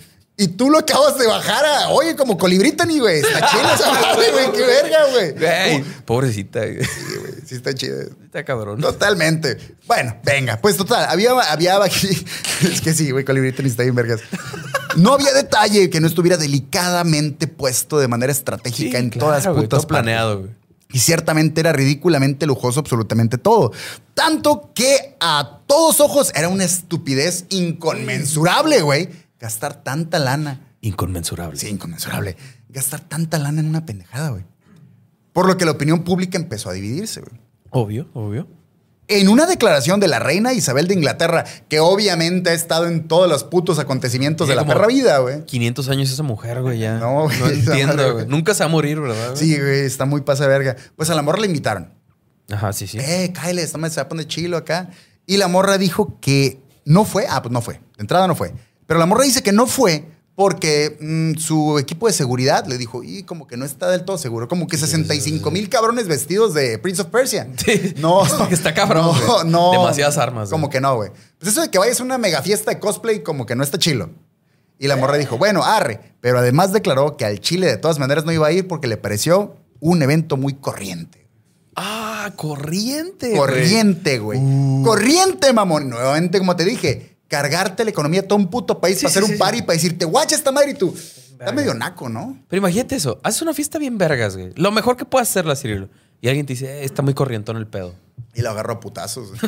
Y tú lo acabas de bajar a, oye, como Colibritani, güey. Está chido esa madre, güey. Qué verga, güey. Güey, pobrecita, güey. Sí, güey, sí está chido. Está cabrón. Totalmente. Bueno, venga, pues total, había, había aquí. Es que sí, güey, colibrí tenis está bien vergas. No había detalle que no estuviera delicadamente puesto de manera Sí, estratégica en claro, todas güey, putas todo partes. planeado, güey. Y ciertamente era ridículamente lujoso absolutamente todo. Tanto que a todos ojos era una estupidez inconmensurable, güey. Gastar tanta lana. Inconmensurable. Sí, inconmensurable. Gastar tanta lana en una pendejada, güey. Por lo que la opinión pública empezó a dividirse, güey. Obvio, obvio. En una declaración de la reina Isabel de Inglaterra, que obviamente ha estado en todos los putos acontecimientos de Tiene la como perra vida, güey. 500 años esa mujer, güey, ya. No, güey, esa madre, entiendo, güey. güey. Nunca se va a morir, ¿verdad? güey? Sí, güey, está muy pasa de verga. Pues a la morra le invitaron. Ajá, sí, sí. Eh, cállate, esta madre se va a poner chilo acá. Y la morra dijo que no fue. Ah, pues no fue. De entrada no fue. Pero la morra dice que no fue porque mm, su equipo de seguridad le dijo, y como que no está del todo seguro. Como que 65 mil cabrones vestidos de Prince of Persia. Sí. No. Que está cabrón, No, güey. no. Demasiadas armas, Como güey. que no, güey. Pues eso de que vayas a una mega fiesta de cosplay, como que no está chilo. Y la morra dijo, bueno, arre. Pero además declaró que al Chile de todas maneras no iba a ir porque le pareció un evento muy corriente. Ah, corriente. güey. Uh. Corriente, güey. Corriente, mamón. Nuevamente, como te dije, cargarte la economía de todo un puto país Sí, para sí, hacer sí, un sí. party para decirte, guacha esta madre y tú. Está medio naco, ¿no? Pero imagínate eso. Haces una fiesta bien vergas, güey. Lo mejor que puedes hacerla, Cirilo. Y alguien te dice, eh, está muy corrientón el pedo. Y lo agarro a putazos. güey.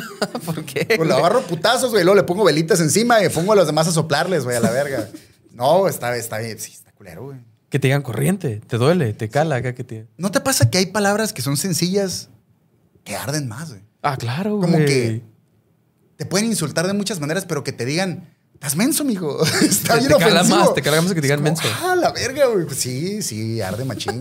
¿Por qué? Pues lo güey? agarro a putazos, güey. Luego le pongo velitas encima y pongo a los demás a soplarles, güey, a la verga. No, está, está bien. Sí, está culero, güey. Que te digan corriente, te duele, te cala acá que te... ¿No te pasa que hay palabras que son sencillas que arden más, güey? Ah, claro, güey. Como que te pueden insultar de muchas maneras, pero que te digan, estás menso, mijo. Está Te- bien te cala ofensivo. más, te cala más que te Es digan como, menso. Ah, la verga, güey. Pues sí, sí, arde machín.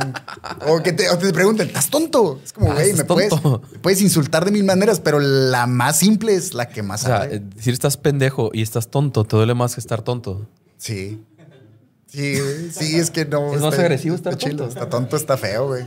o que te, o te pregunten, ¿estás tonto? Es como, Ah, güey, me ¿estás puedes, tonto? me puedes insultar de mil maneras, pero la más simple es la que O más sea, arde. eh, decir estás pendejo y estás tonto, te duele más que estar tonto. Sí. Sí, güey. sí, es que no. Es más agresivo estar está tonto. Está tonto, está feo, güey.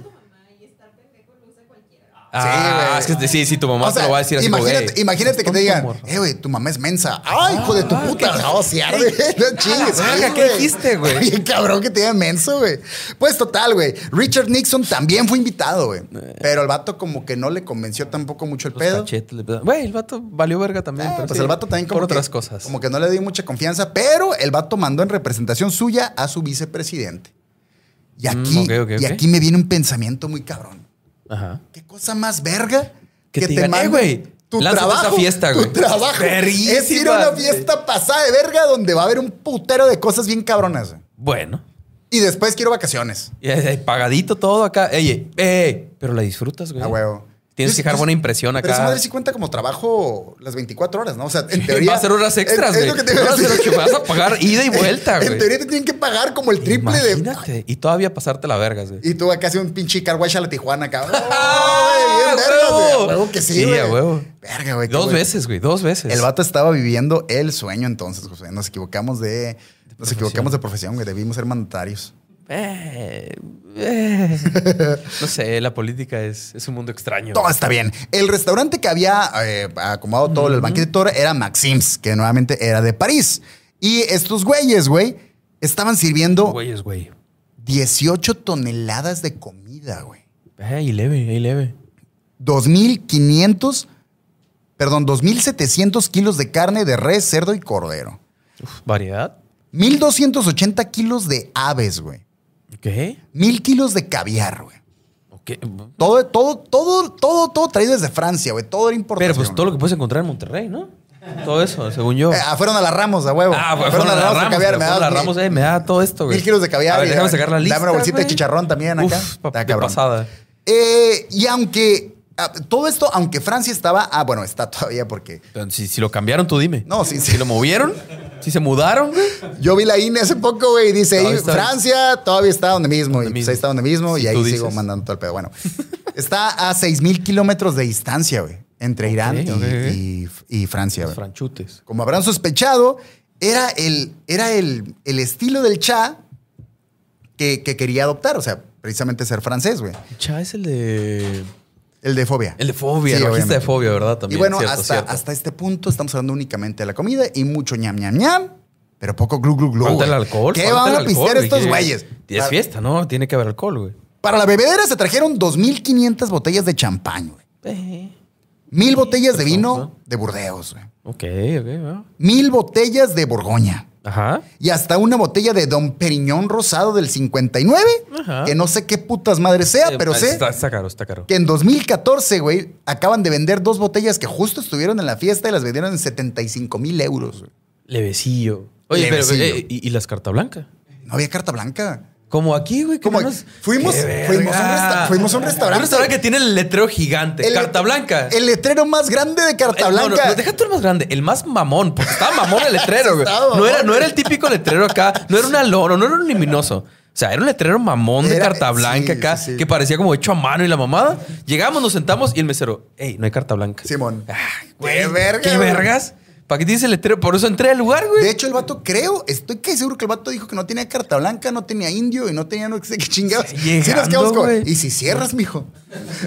ah, güey. es que te- sí, sí, tu mamá O sea, te lo va a decir así como, imagínate, "Ey, imagínate que estás Ah, te digan, tonto, amor". eh, güey, tu mamá es mensa. Ay, hijo de tu puta. No, si arde. No chingues. verga, sí, ¿qué güey. dijiste, güey? Bien cabrón que te digan menso, güey. Pues total, güey. Richard Nixon también fue invitado, güey. Eh. Pero el vato como que no le convenció tampoco mucho el Los pedo. cachetes, le- Güey, el vato valió verga también. Ah, pues pero Pues sí, el vato también como Por que- otras cosas. Como que no le dio mucha confianza, pero el vato mandó en representación suya a su vicepresidente. Y aquí, Mm, ok, ok, y ok. aquí me viene un pensamiento muy cabrón. Ajá. ¿Qué cosa más verga Que te digan, "Eh, manden güey, Tu lánzate a esa trabajo, fiesta, tu güey". trabajo Verguísima, es ir a una güey. fiesta pasada de verga donde va a haber un putero de cosas bien cabronas. Bueno. Y después quiero vacaciones. Y, eh, pagadito todo acá. Ey, ey, ey, pero la disfrutas, güey. A huevo. Tienes que dejar buena impresión Pero esa acá. madre sí cuenta como trabajo las 24 horas, ¿no? O sea, en teoría. Va a ser horas extras, Es- es güey. lo que te iba a Vas a hacer decir. que vas a pagar ida y vuelta, güey. En teoría te tienen que pagar como el triple de. Imagínate. Y todavía pasarte la vergas, güey. Y tú acá haces un pinche carwash a la Tijuana, cabrón. ¡Ah, ¡Ay, bien vergas, güey! huevo! A huevo que sí, Sí, güey. a huevo. Verga, güey. qué Dos bueno. veces, güey. Dos veces. El vato estaba viviendo el sueño entonces, José. Nos equivocamos de. Nos profesión. equivocamos de profesión, güey. Debimos ser mandatarios. Eh, eh. No sé, la política es, es un mundo extraño. Todo está bien. El restaurante que había eh, acomodado todo el banquete y todo era Maxim's, que nuevamente era de París. Y estos güeyes, güey, estaban sirviendo Güey, es güey. 18 toneladas de comida, güey. Eh, y leve, y leve. 2.500, perdón, 2.700 kilos de carne de res, cerdo y cordero. Uf, Variedad. 1.280 kilos de aves, güey. Ok. 1.000 kilos de caviar, güey. Ok. Todo, todo, todo, todo, todo traído desde Francia, güey. Todo era importación. Pero pues todo lo que puedes encontrar en Monterrey, ¿no? Todo eso, según yo. Eh, ah, fueron a la Ramos, a huevo. Ah, pues fueron a la Ramos, a caviar. pero Me fueron da a la Ramos, eh, me da todo esto, güey. mil kilos de caviar. A ver, y déjame dame- sacar la lista. Dame una bolsita de güey. chicharrón también acá. Uf, pa- Está de cabrón. pasada. Eh, y aunque... ah, todo esto, aunque Francia estaba... Ah, bueno, está todavía porque... Pero Si, si lo cambiaron, tú dime. No, sí, sí. Si lo movieron, si se mudaron, güey. Yo vi la INE hace poco, güey, y dice ahí, Todavía está- Francia todavía está donde mismo. y Donde pues mismo. ahí está donde mismo, Si y ahí tú sigo dices. mandando todo el pedo. Bueno, está a 6.000 kilómetros de distancia, güey, entre Irán y, ok, ok. y- y Francia, Los güey. franchutes. Como habrán sospechado, era el, era el, el estilo del Cha que, que quería adoptar, o sea, precisamente ser francés, güey. Cha es el de. El de fobia. El de fobia, Sí, el bajista de obviamente. fobia, ¿verdad? y También. bueno, cierto, hasta, cierto. hasta este punto estamos hablando únicamente de la comida y mucho ñam, ñam, ñam, pero poco glu, glu, glu. Falta el güey. alcohol. ¿Qué falta van el a alcohol, pistear estos que- güeyes? Ah. Y Es Para- fiesta, ¿no? Tiene que haber alcohol, güey. Para la bebedera se trajeron 2.500 botellas de champán, güey. Eh, Mil botellas de pues, vino ¿no? de Burdeos, güey. Ok, ok. va. Mil botellas de Borgoña. Ajá. Y hasta una botella de Don Periñón Rosado del 59, Ajá. que no sé qué putas madre sea, Eh, pero sé Está, está caro, está caro. que en 2014, güey, acaban de vender dos botellas que justo estuvieron en la fiesta y las vendieron en 75 mil euros. güey. Levecillo. Oye, pero. Levecillo. eh, ¿y, y las carta blanca? No había carta blanca. Como aquí, güey. que Como no aquí. nos- Fuimos- ¡Qué fuimos a un verga! resta- fuimos a un restaurante. Un restaurante que tiene el letrero gigante. El- carta blanca. El letrero más grande de carta El- Eh, no, blanca. No, no, deja tú el más grande, el más mamón, porque estaba mamón el letrero, güey. Estaba mamón, No era, no era el típico letrero acá, no era una lona, no era un luminoso. O sea, era un letrero mamón de Era- eh, carta blanca sí, acá, sí, sí. que parecía como hecho a mano y la mamada. Llegamos, nos sentamos y el mesero, hey, no hay carta blanca. Simón. Ah, güey, Qué verga, ¿Qué güey. vergas? ¿Para qué tienes el letrero? Por eso entré al lugar, güey. De hecho, el vato, creo, estoy casi seguro que el vato dijo que no tenía carta blanca, no tenía indio y no tenía no sé qué chingados. Sí, llegando, Sí nos quedamos con- güey. Y si cierras, mijo.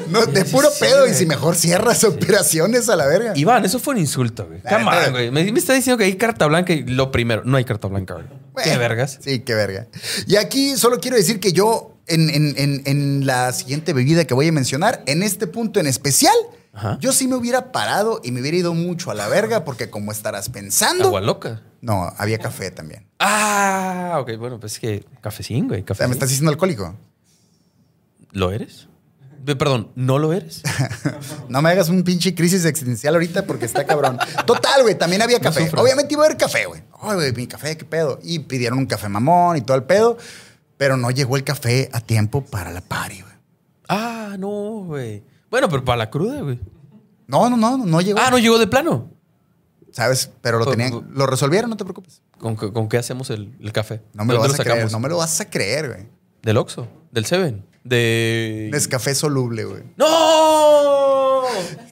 No, de sí, puro sí, pedo. güey. Y si mejor cierras operaciones a la verga. Iván, eso fue un insulto, güey. Come neta. on, güey. Me, me está diciendo que hay carta blanca y lo primero, no hay carta blanca, güey. Bueno, ¿Qué vergas? Sí, qué verga. Y aquí solo quiero decir que yo, en, en- en- en la siguiente bebida que voy a mencionar, en este punto en especial, Ajá. yo sí me hubiera parado y me hubiera ido mucho a la verga, porque como estarás pensando. Agua loca. No, había café también. Ah, ok, bueno, pues es que cafecín, güey. O sea, Cafecín. me estás diciendo alcohólico. ¿Lo eres? Ve, Perdón, ¿no lo eres? No me hagas un pinche crisis existencial ahorita porque está cabrón. Total, güey, también había café. sufras. Obviamente iba a haber café, güey. Ay, güey, mi café, qué pedo. Y pidieron un café mamón y todo el pedo, pero no llegó el café a tiempo para la party, güey. Ah, no, güey. Bueno, pero para la cruda, güey. No, no, no, no llegó. Ah, no llegó de plano. ¿Sabes? Pero lo Pues, tenían, lo resolvieron, no te preocupes. ¿Con, qué- con qué hacemos el, el café? No me lo ¿Dónde vas a creer, sacamos? no me lo vas a creer, güey. Del Oxxo, del Seven, de... Nescafé soluble, güey. ¡No!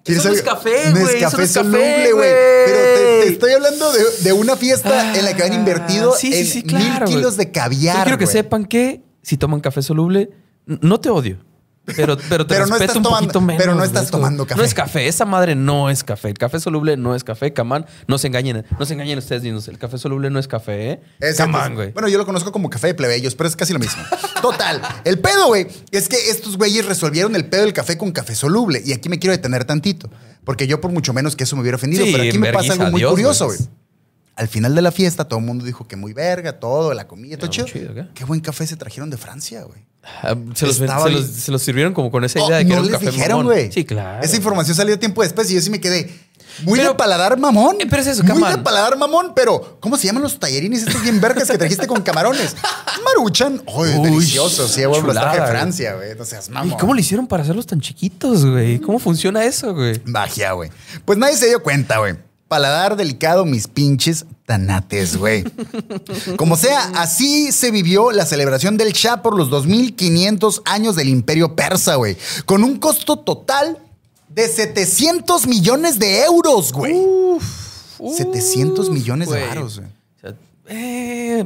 ¿Quieres Eso no es algo? café, güey. Eso no Nescafé es café, soluble, güey. Pero te, te estoy hablando de, de una fiesta en la que han invertido Ah, sí, sí, sí, en claro, mil güey. kilos de caviar. Yo quiero que güey. sepan que si toman café soluble, n- no te odio. Pero, pero te Pero no respeto estás un tomando- poquito menos. pero no estás güey. tomando café. No es café. Esa madre no es café. El café soluble no es café. Camán, no se engañen. No se engañen ustedes mismos. El café soluble no es café, ¿eh? Es- Camán, es- güey. Bueno, yo lo conozco como café de plebeyos, pero es casi lo mismo. Total. El pedo, güey, es que estos güeyes resolvieron el pedo del café con café soluble. Y aquí me quiero detener tantito. Porque yo, por mucho menos que eso me hubiera ofendido, Sí, pero aquí me pasa vergüenza, algo muy Dios, curioso, güey. güey. Al final de la fiesta, todo el mundo dijo que muy verga, todo, la comida, todo muy chido. chido, ¿qué? Qué buen café se trajeron de Francia, güey. Ah, se, los, Estaba se bien. los- se los sirvieron como con esa Oh, idea de que no era un les café dijeron, mamón. güey. Sí, claro. Esa información salió tiempo después y yo sí me quedé muy Pero- de paladar mamón. Eh, pero es eso, Muy Camán. de paladar mamón, pero ¿cómo se llaman los tallerines estos bien vergas que trajiste con camarones? Maruchan. Ay, Uy, delicioso. Sí, güey, los chulada, traje de güey. Francia, güey. No seas mamón. ¿Y cómo le hicieron para hacerlos tan chiquitos, güey? ¿Cómo funciona eso, güey? Magia, güey. Pues nadie se dio cuenta, güey. Paladar delicado, mis pinches tanates, güey. Como sea, así se vivió la celebración del Shah por los 2500 años del Imperio Persa, güey. Con un costo total de 700 millones de euros, güey. 700 millones de varos, güey. O sea, eh,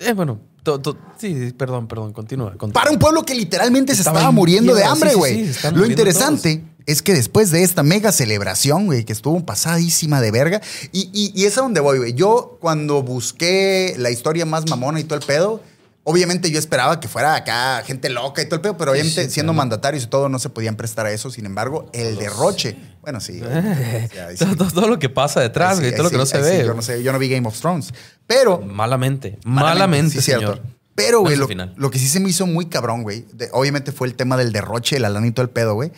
eh, bueno, to- to- sí, sí, perdón, perdón, continúa. continúa. Para un pueblo que literalmente se Estaba estaba muriendo de en hambre, mierda, sí, sí, güey. sí, se están Lo muriendo interesante es que después de esta mega celebración, güey, que estuvo pasadísima de verga, y, y- y es a donde voy, güey. Yo cuando busqué la historia más mamona y todo el pedo, obviamente yo esperaba que fuera acá gente loca y todo el pedo, pero obviamente sí, siendo mandatarios y todo no se podían prestar a eso. Sin embargo, el derroche, bueno, sí. Eh, sí, ahí sí. todo, todo- todo lo que pasa detrás, Ahí güey, sí, todo lo ahí que no sí, se ahí ve. sí, yo güey. no sé, yo no vi Game of Thrones. Pero Malamente, malamente, sí, señor. cierto. Pero, güey, No es lo, el final. lo que sí se me hizo muy cabrón, güey, de- obviamente fue el tema del derroche, el alanito el pedo, güey.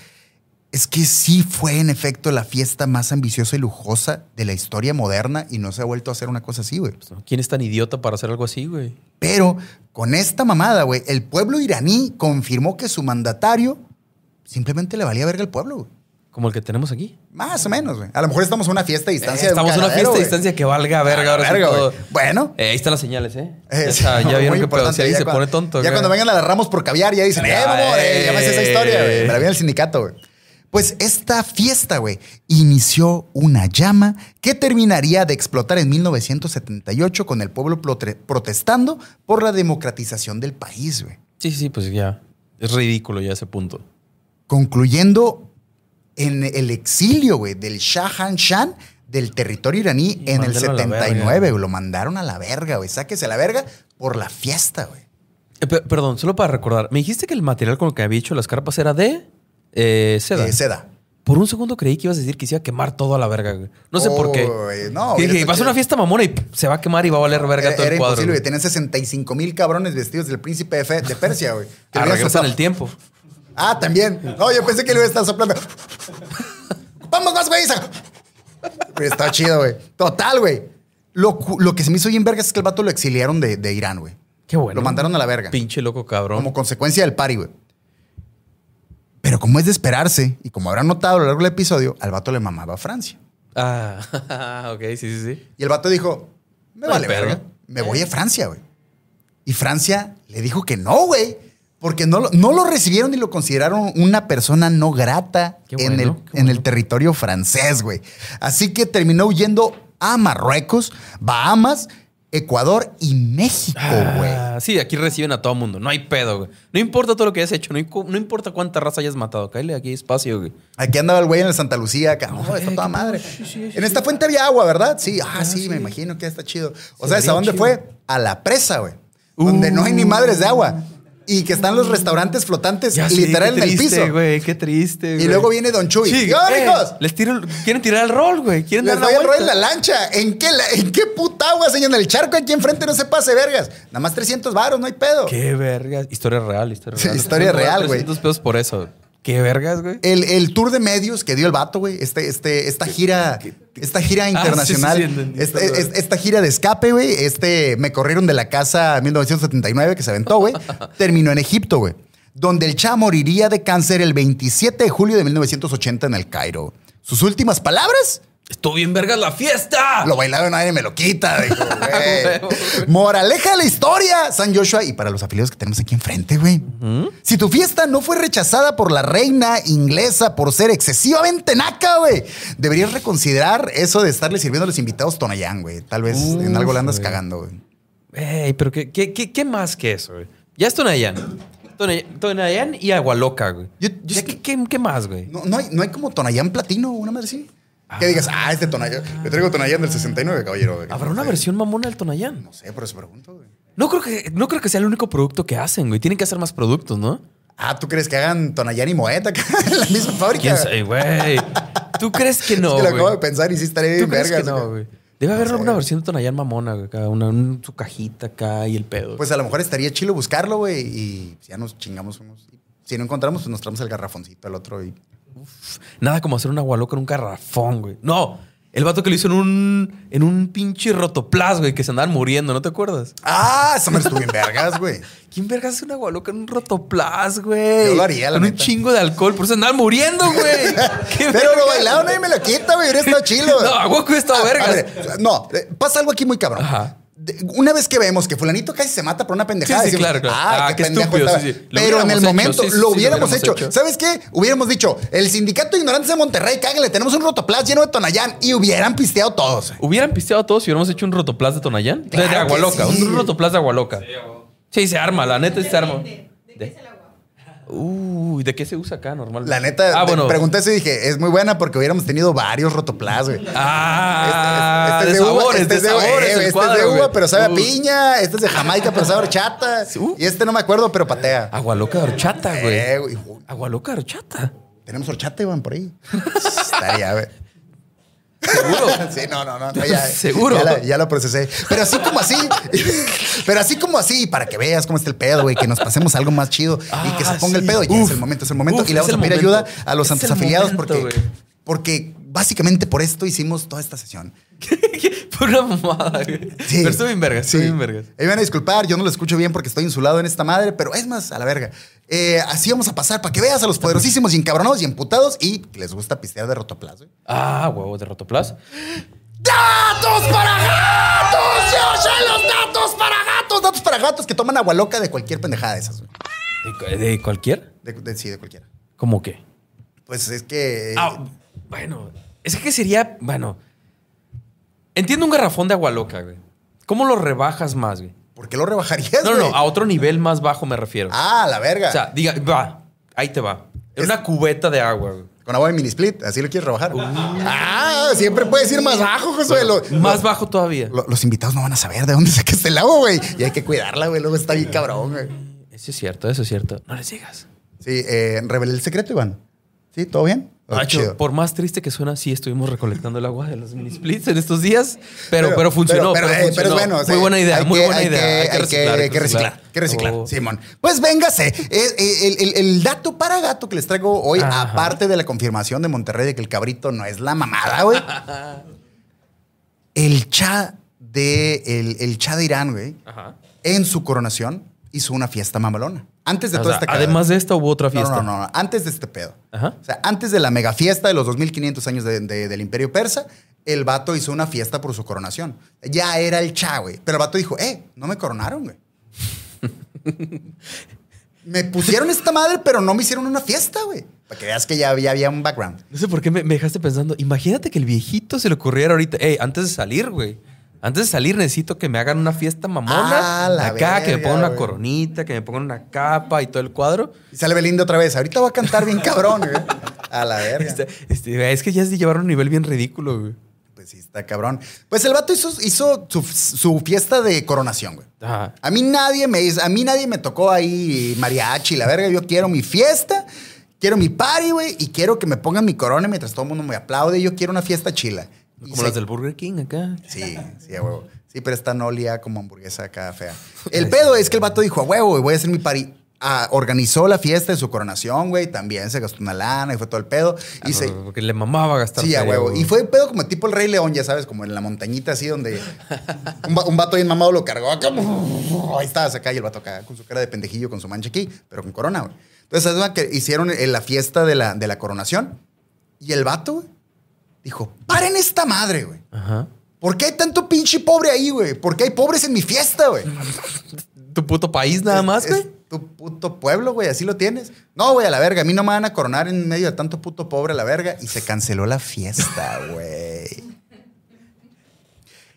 Es que sí fue, en efecto, la fiesta más ambiciosa y lujosa de la historia moderna y no se ha vuelto a hacer una cosa así, güey. ¿Quién es tan idiota para hacer algo así, güey? Pero con esta mamada, güey, el pueblo iraní confirmó que su mandatario simplemente le valía verga al pueblo, güey. Como el que tenemos aquí. Más o menos, güey. A lo mejor estamos a una fiesta a distancia. Eh, estamos en en una fiesta a distancia que valga verga ahora sí todo. Bueno, Eh, ahí están las señales, ¿eh? Ah, Eh, ya, sí, está, ya muy vieron que pedo. importante, Si alguien ya se cuando- pone tonto. Ya güey. cuando vengan a las Ramos por caviar, ya dicen, ¡eh, Ya, mamón! Eh, eh. ya me sé esa historia, güey. Me la vi en el sindicato, güey. Pues esta fiesta, güey, inició una llama que terminaría de explotar en 1978 con el pueblo plotre- protestando por la democratización del país, güey. Sí, sí, pues ya. Es ridículo ya ese punto. Concluyendo en el exilio, güey, del Shahan Shan del territorio iraní Y en el mándenlo a la 79. verga. güey. Lo mandaron a la verga, güey. Sáquese a la verga por la fiesta, güey. Eh, pe- perdón, solo para recordar. Me dijiste que el material con el que había hecho las carpas era de eh, seda. Eh, seda. Por un segundo creí que ibas a decir que se iba a quemar todo a la verga, güey. No sé por qué. Uy, no, Dije, hubiera vas a estado una fiesta mamona y pff, se va a quemar y va a valer verga Era, todo E-, era el cuadro. imposible, güey. güey. Tenían 65 mil cabrones vestidos del príncipe de, Fe- de Persia, güey. Que le Ah, iban a regresa en soplar- el tiempo. Ah, también. No, yo pensé que le iba a estar soplando. ¡Vamos más, güey! Pero está chido, güey. Total, güey. Lo, cu- lo que se me hizo bien verga es que el vato lo exiliaron de, de Irán, güey. Qué bueno. Lo mandaron a la verga. Pinche loco cabrón. Como consecuencia del party, güey. Pero como es de esperarse, y como habrán notado a lo largo del episodio, al vato le mamaba a Francia. Ah, ok, sí, sí, sí. Y el vato dijo, me No, vale pero- verga, me voy Eh. a Francia, güey. Y Francia le dijo que no, güey, porque no lo, no lo recibieron y lo consideraron una persona no grata Qué en, bueno, el, qué en bueno. el territorio francés, güey. Así que terminó huyendo a Marruecos, Bahamas, Ecuador y México, Oh, güey. Ah, sí, aquí reciben a todo mundo. No hay pedo, güey. No importa todo lo que hayas hecho. No, incu- no importa cuánta raza hayas matado. Cállate aquí hay espacio, güey. Aquí andaba el güey en el Santa Lucía, acá. Oh, está toda madre. en esta fuente había agua, ¿verdad? Sí, ah, sí, me imagino que está chido. O sea, ¿a vería dónde chido. Uh. fue? A la presa, güey. Donde no hay ni madres de agua. Y que están los restaurantes flotantes Ya sé, literal qué en el triste, piso. güey. Qué triste, y güey. luego viene Don Chuy. Sí, ¡Yo, eh, ricos! Les tiro el- quieren tirar el rol, güey. Quieren Les dar la doy el rollo en vuelta. la lancha. ¿En qué, la- ¿En qué puta agua, señor? En el charco aquí enfrente no se pase, vergas. Nada más 300 varos, no hay pedo. Qué vergas. Historia real, historia Sí, real. historia Nos cobran real, güey. 300 pesos por eso. Qué vergas, güey. El, el tour de medios que dio el vato, güey. Este, este, esta gira Esta gira internacional, Ah, sí, sí, entendí, esta, perdón. es- esta gira de escape, güey, este me corrieron de la casa en 1979 que se aventó, güey, terminó en Egipto, güey, donde el Cha moriría de cáncer el 27 de julio de 1980 en el Cairo. Sus últimas palabras, ¡Estuvo bien vergas la fiesta! lo bailado nadie me lo quita. dijo, güey. Moraleja de la historia, San Joshua. Y para los afiliados que tenemos aquí enfrente, güey. Si tu fiesta no fue rechazada por la reina inglesa por ser excesivamente naca, güey, deberías reconsiderar eso de estarle sirviendo a los invitados Tonayán, güey. Tal vez en Uf, algo la andas güey. cagando, güey. Ey, pero ¿qué, qué, qué, qué más que eso, güey? Ya es Tonayán. Tonay- Tonayán y Agualoca, güey. Yo- Ya, yo- ¿qué, qué, qué más, güey? No, no hay, no hay como Tonayán platino, una madre así. Que digas, ah, este Tonayán. Yo traigo Tonayán del 69, caballero. güey. ¿Habrá una No sé. versión mamona del Tonayán? No sé, por eso pregunto, güey. No creo, que, no creo que sea el único producto que hacen, güey. Tienen que hacer más productos, ¿no? Ah, ¿tú crees que hagan Tonayán y Moeta acá en la misma fábrica? ¿Quién sabe, güey? ¿Tú crees que Es no, que lo acabo de güey? pensar y sí estaré ¿Tú bien crees vergas. que no, güey? Debe haber alguna versión de Tonayán mamona, güey. acá, Una, un- su cajita acá y el pedo. Pues a lo mejor estaría chilo buscarlo, güey, y pues ya nos chingamos unos. Si no encontramos, pues nos traemos el garrafoncito al otro y... Nada como hacer una gualoca en un carrafón, güey. No, el vato que lo hizo en un, en un pinche rotoplas, güey, que se andaban muriendo, ¿no te acuerdas? ¡Ah! Esa me estuvo en vergas, güey. ¿Quién vergas hace una gualoca en un rotoplas, güey? Yo lo haría, la Con un neta. chingo de alcohol, por eso andaban muriendo, güey. ¿Qué Pero vergas? lo bailado nadie me lo quita, güey. Hubiera estado chilo. No, a hueco hubiera estado A- a vergas. ver, no, eh, pasa algo aquí muy cabrón. Ajá. De- Una vez que vemos que fulanito casi se mata por una pendejada. Sí, sí, decimos, claro, claro. Ah, Ah, qué, qué pendejo estúpido, estaba". sí, sí. Pero en Lo el hubiéramos hecho, momento sí, sí, sí, lo lo hubiéramos hubiéramos hecho. hecho. ¿Sabes qué? Hubiéramos dicho, el sindicato de ignorantes de Monterrey, cáguenle, tenemos un rotoplas lleno de Tonayán y hubieran pisteado todos. ¿Hubieran pisteado a todos si hubiéramos hecho un rotoplas de Tonayán? De- Claro de que Agualoca, sí. un rotoplas de Agualoca. Sí, se arma, la neta sí se arma. Depende, ¿De qué es el agua? Uy, ¿de qué se usa acá normalmente? La neta, ah, bueno. pregunté eso y dije, es muy buena porque hubiéramos tenido varios rotoplas, güey. Ah, Este- este- este de sabores, este de sabores. eh, el este es de cuadro, uva, güey. pero sabe a Uh, piña. Este es de Jamaica, pero sabe a horchata. Uh. Y este no me acuerdo, pero patea. Agua loca de horchata, Ah, güey. Eh, güey, uy, Agua loca de horchata. Tenemos horchata, Iván, por ahí. Estaría, güey. Seguro. Sí, no, no, no. no, ya, Seguro. Ya, la- ya lo procesé. Pero así como así. pero así como así, para que veas cómo está el pedo, güey, que nos pasemos algo más chido y que se Ah, ponga el sí. pedo. Ya es Uf. el momento, es el momento. Uf, y le es vamos a el pedir momento. ayuda a los Es santos el afiliados momento, porque, güey. porque básicamente por esto hicimos toda esta sesión. Fue una mamada, güey. Sí. Pero estuvo bien vergas, estuvo Sí. bien vergas. Ahí van a disculpar, yo no lo escucho bien porque estoy insulado en esta madre, pero es más, a la verga. Eh, así vamos a pasar para que veas a los poderosísimos y encabronados y emputados y que les gusta pistear de rotoplazo. Ah, huevo, de Rotoplas. ¡Datos para gatos! ¡Yo sé los datos para gatos! Datos para gatos que toman agua loca de cualquier pendejada de esas. güey. ¿De, cu- de cualquier? De, de- sí, de cualquiera. ¿Cómo qué? Pues es que... eh, Ah, bueno, es que sería, bueno, entiendo un garrafón de agua loca, güey. ¿Cómo lo rebajas más, güey? ¿Por qué lo rebajarías, No, no, güey? no, a otro nivel más bajo me refiero. Ah, la verga. O sea, diga, va, ahí te va. En Es- una cubeta de agua, güey. Con agua de mini split, así lo quieres Uh. rebajar. Ah, siempre puedes ir más bajo, Josué. Lo- Más bajo todavía. Lo- los invitados no van a saber de dónde sacaste el agua, güey. Y hay que cuidarla, güey. Luego está bien cabrón, güey. Eso es cierto, eso es cierto. No les digas. Sí, eh, revelé el secreto, Iván. ¿Sí? ¿Todo bien? Oh, Nacho, chido. Ah, por más triste que suena, sí estuvimos recolectando el agua de los mini splits en estos días, pero, pero, funcionó. Pero, eh, pero es funcionó. bueno. o sea, muy buena idea, hay muy que- buena hay idea. que- Hay que reciclar. hay que reciclar. Hay que reciclar, Oh. Simón. Pues véngase. Eh, eh, el, el- el dato para gato que les traigo hoy, Ajá. aparte de la confirmación de Monterrey de que el cabrito no es la mamada, güey. El cha de, el, el cha de Irán, güey, Ajá. en su coronación hizo una fiesta mamalona. Antes de O toda sea, esta cagada. además de esta hubo otra No, fiesta. No, no, no, antes de este pedo. Ajá. O sea, antes de la mega fiesta de los 2500 años de- de- del Imperio Persa, el vato hizo una fiesta por su coronación. Ya era el cha, güey. Pero el vato dijo, eh, no me coronaron, güey. me pusieron esta madre, pero no me hicieron una fiesta, güey. Para que veas que ya, había- había un background. No sé por qué me, me dejaste pensando. Imagínate que el viejito se le ocurriera ahorita. Ey, antes de salir, güey. Antes de salir necesito que me hagan una fiesta mamona. Ah, la acá, que me verga, pongan una güey. coronita, que me pongan una capa y todo el cuadro. Y sale Belinda otra vez. Ahorita va a cantar bien cabrón, güey. A la verga. Este- este, es que ya se llevaron un nivel bien ridículo, güey. Pues sí, está cabrón. Pues el vato hizo, hizo su, su fiesta de coronación, güey. Ajá. A mí nadie me a mí nadie me tocó ahí mariachi, la verga. Yo quiero mi fiesta, quiero mi party, güey, y quiero que me pongan mi corona mientras todo el mundo me aplaude. Yo quiero una fiesta chila. Y Como se- las del Burger King acá. Sí, sí, a huevo. Sí, pero esta no olía como hamburguesa acá fea. El pedo es que el vato dijo, a huevo, güey, voy a hacer mi party. ah, organizó la fiesta de su coronación, güey. También se gastó una lana y fue todo el pedo. Ah, Y se, Porque le mamaba gastar. Sí, a feria, huevo. güey. Y fue pedo como tipo el Rey León, ya sabes, como en la montañita así donde un, va- un vato bien mamado lo cargó. acá, Ahí está, se cae el vato acá con su cara de pendejillo, con su mancha aquí, pero con corona, güey. Entonces, ¿sabes que hicieron en la fiesta de la, de la coronación? Y el vato güey, dijo, paren esta madre, güey. Ajá. ¿Por qué hay tanto pinche pobre ahí, güey? ¿Por qué hay pobres en mi fiesta, güey? Tu puto país nada Es- más, es güey. Tu puto pueblo, güey, así lo tienes. No, güey, a la verga, a mí no me van a coronar en medio de tanto puto pobre a la verga. Y se canceló la fiesta, güey.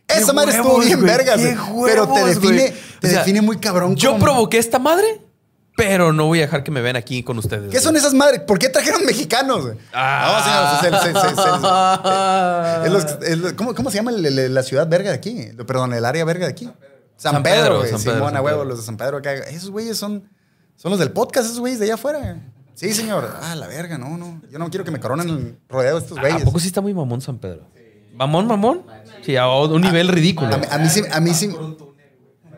Esa madre ¡Qué estuvo huevos, bien güey! vergas, ¡Qué güey. Pero te huevos, define, güey! te O sea, define muy cabrón. Yo como- provoqué esta madre, pero no voy a dejar que me vean aquí con ustedes. ¿Qué son esas madres? ¿Por qué trajeron mexicanos, güey? Ah. No, señores, es el- es el- es el- es los- es los- ¿cómo, cómo se llama el- el- la ciudad verga de aquí? Perdón, el área verga de aquí. San San Pedro, Pedro, güey. San Pedro, Simón, a San huevo, Pedro. los de San Pedro acá. Esos güeyes son, son los del podcast, esos güeyes de allá afuera. Sí, señor. Ah, la verga, no, no. Yo no quiero que me coronen el rodeo de estos ¿A güeyes. poco sí está muy mamón San Pedro? ¿Mamón, mamón? Sí, a un nivel ridículo. A, mí- a mí sí, a mí sí.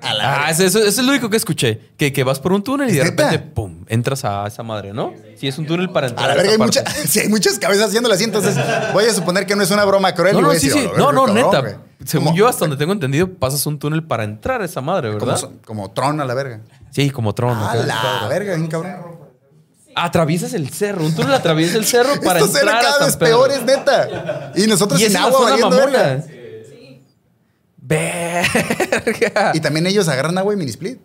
A la Ah, eso, eso- eso es lo único que escuché. Que, que vas por un túnel y de ¿Es neta? repente, pum, entras a esa madre, ¿no? Sí, es un túnel para entrar. A la esa verga, hay, parte. mucha, sí, hay muchas cabezas haciéndolo así, entonces voy a suponer que no es una broma cruel. No, y no, voy a sí, decir, sí. "A la No, verga, no, cabrón, neta. güey". Según Como- yo, hasta donde tengo entendido, pasas un túnel para entrar a esa madre, como, ¿verdad? como Tron a la verga. Sí, como Tron. A acá. la verga, bien cabrón. Atraviesas el cerro. Un túnel atraviesa el cerro para Estos eran entrar a cada San vez Pedro. peores, neta. Y nosotros Y es sin una agua zona valiendo mamona. verga. Verga. Y también ellos agarran agua y mini split.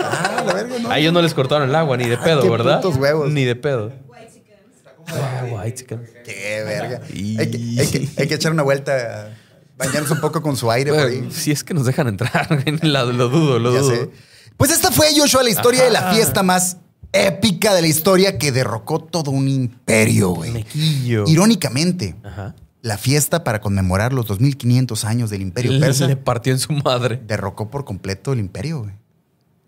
Ah, la verga, no. A ellos no les cortaron el agua, ni de Ay, pedo, qué ¿verdad? putos huevos. Ni de pedo. Ah, white chicken. Qué verga. Y- Hay que, hay que- hay que echar una vuelta, bañarnos un poco con su aire por ahí. Bueno, si es que nos dejan entrar, la- lo, dudo, lo Ya dudo. sé. Pues esta fue, Joshua, la historia de la fiesta más épica de la historia que derrocó todo un imperio, güey. Mequillo. Irónicamente, Ajá. la fiesta para conmemorar los 2500 años del imperio Le, persa le partió en su madre. derrocó por completo el imperio, güey.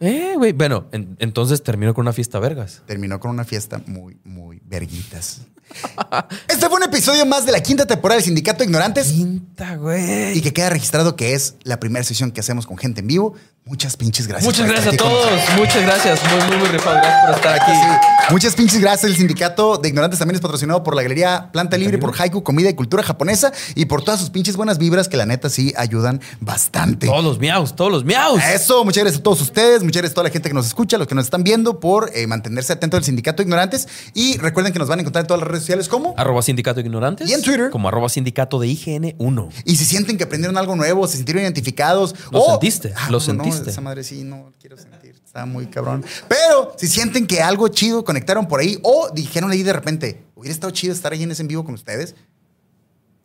Eh, güey. Bueno, en- entonces terminó con una fiesta vergas. terminó con una fiesta muy, muy verguitas. este fue un episodio más de la quinta temporada del Sindicato de Ignorantes Quinta, güey. y que queda registrado que es la primera sesión que hacemos con gente en vivo. Muchas pinches gracias. Muchas por estar gracias a aquí con todos. Muchas gracias. Muy, muy, muy rifado. Gracias por estar aquí. nosotros. Muchas pinches gracias. El Sindicato de Ignorantes también es patrocinado por la Galería Planta Libre, por Haiku, Comida y Cultura Japonesa y por todas sus pinches buenas vibras que la neta sí ayudan bastante. Todos los miaus, todos los miaus. Eso, muchas gracias a todos ustedes, muchas gracias a toda la gente que nos escucha, los que nos están viendo, por eh, mantenerse atentos del Sindicato de Ignorantes. Y recuerden que nos van a encontrar en todas las redes sociales como. Arroba sindicato de ignorantes. Y en Twitter. Como arroba sindicato de IGN1. Y si sienten que aprendieron algo nuevo, se sintieron identificados. Lo o- sentiste, lo cómo no, sentiste. esa madre sí, no quiero sentir. Está muy cabrón. Pero si sienten que algo chido conectaron por ahí o dijeron ahí de repente, hubiera estado chido estar ahí en ese en vivo con ustedes.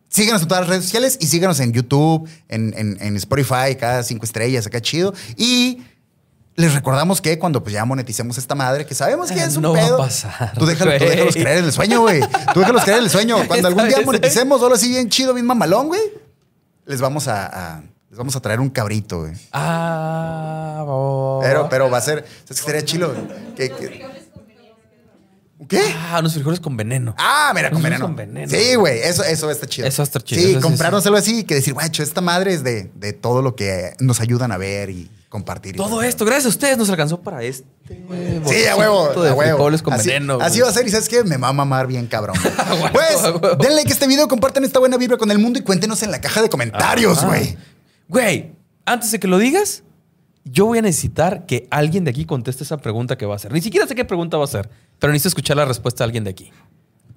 Síganos en todas las redes sociales y síganos en YouTube, en, en- en Spotify, cada cinco estrellas, acá chido. Y les recordamos que cuando pues ya moneticemos esta madre, que sabemos que Eh, es un no va a pedo. pasar, Tú déjalo- tú güey. déjalos creer en el sueño, güey. Tú déjalos creer en el sueño. Cuando algún día Esta vez, moneticemos, solo así bien chido, bien mamalón, güey les vamos a, a- les vamos a traer un cabrito, güey. Ah, va, va, va, Pero, va. pero va a ser, ¿sabes qué sería chilo? güey? ¿Qué? qué? ¿Qué? Ah, unos frijoles con veneno. Ah, mira, con Esos veneno. con veneno. Sí, güey, eso, eso está chido. Eso está chido, Sí, eso sí, comprarnos sí. algo así y que decir, guacho, esta madre es de, de todo lo que nos ayudan a ver y compartir. y Todo esto, gracias a ustedes, nos alcanzó para este. Sí, botecito a huevo. De a huevo. frijoles con así, veneno. así güey. va a ser. Y sabes qué? Me va a mamar bien, cabrón. pues, a huevo. denle like a este video, compartan esta buena vibra con el mundo y cuéntenos en la caja de comentarios, Ah. güey. Güey, antes de que lo digas, yo voy a necesitar que alguien de aquí conteste esa pregunta que va a hacer. Ni siquiera sé qué pregunta va a ser, pero necesito escuchar la respuesta de alguien de aquí.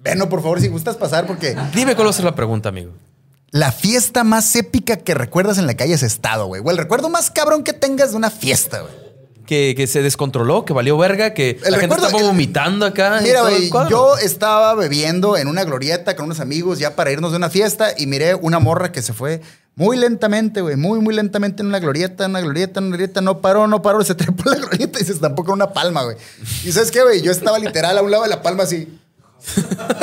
Bueno, por favor, si gustas pasar, porque Dime cuál va a ser la pregunta, amigo. La fiesta más épica que recuerdas en la que hayas estado, güey. O el recuerdo más cabrón que tengas de una fiesta, güey. Que, que se descontroló, que valió verga, que la gente recuerdo- estaba el- vomitando acá. y Mira, todo el güey, cuadro. yo estaba bebiendo en una glorieta con unos amigos ya para irnos de una fiesta y miré una morra que se fue muy lentamente, güey. Muy, muy lentamente en una glorieta, en una glorieta, en una glorieta. No paró, no paró. Se trepó la glorieta y se estampó con una palma, güey. Y ¿sabes qué, güey? Yo estaba literal a un lado de la palma así.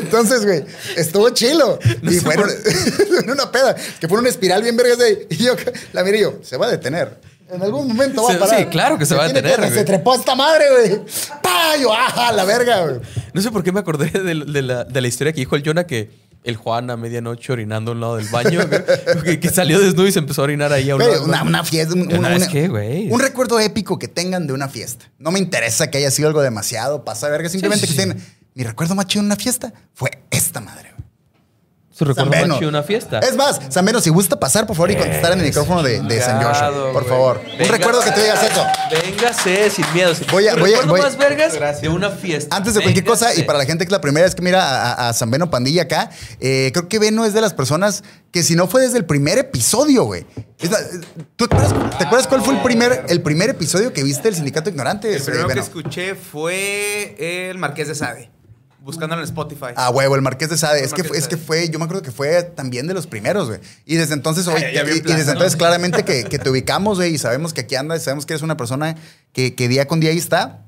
Entonces, güey, estuvo chilo. y fueron en una peda, que fue una espiral bien vergas de. Y yo la miré y yo, se va a detener. En algún momento va a Se- parar. sí, claro que se va a tiene detener, que- Se güey. trepó esta madre, güey. ¡Pah! Yo, ¡ah! La verga, güey. No sé por qué me acordé de, de la, de la historia que dijo el Jonah que el Juan a medianoche orinando a un lado del baño, güey, que, que salió desnudo y se empezó a orinar ahí a un Güey, lado. una, una fiesta. un- No, una- es una- que, güey. Un recuerdo épico que tengan de una fiesta. No me interesa que haya sido algo demasiado pasa verga. Simplemente sí, que sí. tengan. Mi recuerdo más chido en una fiesta fue esta madre. güey. Su recuerdo San más Beno. chido de una fiesta. Es más, San Beno, si gusta pasar, por favor, y contestar en el micrófono de, de San Joshua. Chingado, Por güey. favor. Un Véngase. recuerdo que te digas eso. Véngase sin miedo. Sin Voy a- Tu voy a- recuerdo voy- más vergas de una fiesta. Antes de cualquier cosa, y Véngase. para la gente que es la primera vez que mira a, a- a San Beno Pandilla acá, eh, creo que Beno es de las personas que si no fue desde el primer episodio, güey. Es la- eh, ¿Tú te acuerdas, te acuerdas cuál fue el primer, el primer episodio que viste del Sindicato Ignorante? El primero que Beno? escuché fue el Marqués de Sade, buscándolo en Spotify. Ah, huevo, el Marqués de Sade. El Es que, Marqués de es que Sade. fue, yo me acuerdo que fue también de los primeros, güey. Y desde entonces, hoy, Ay, ya y, bien y plano, desde ¿no? entonces claramente que, que te ubicamos, güey, y sabemos que aquí andas, y sabemos que eres una persona que, que día con día ahí está.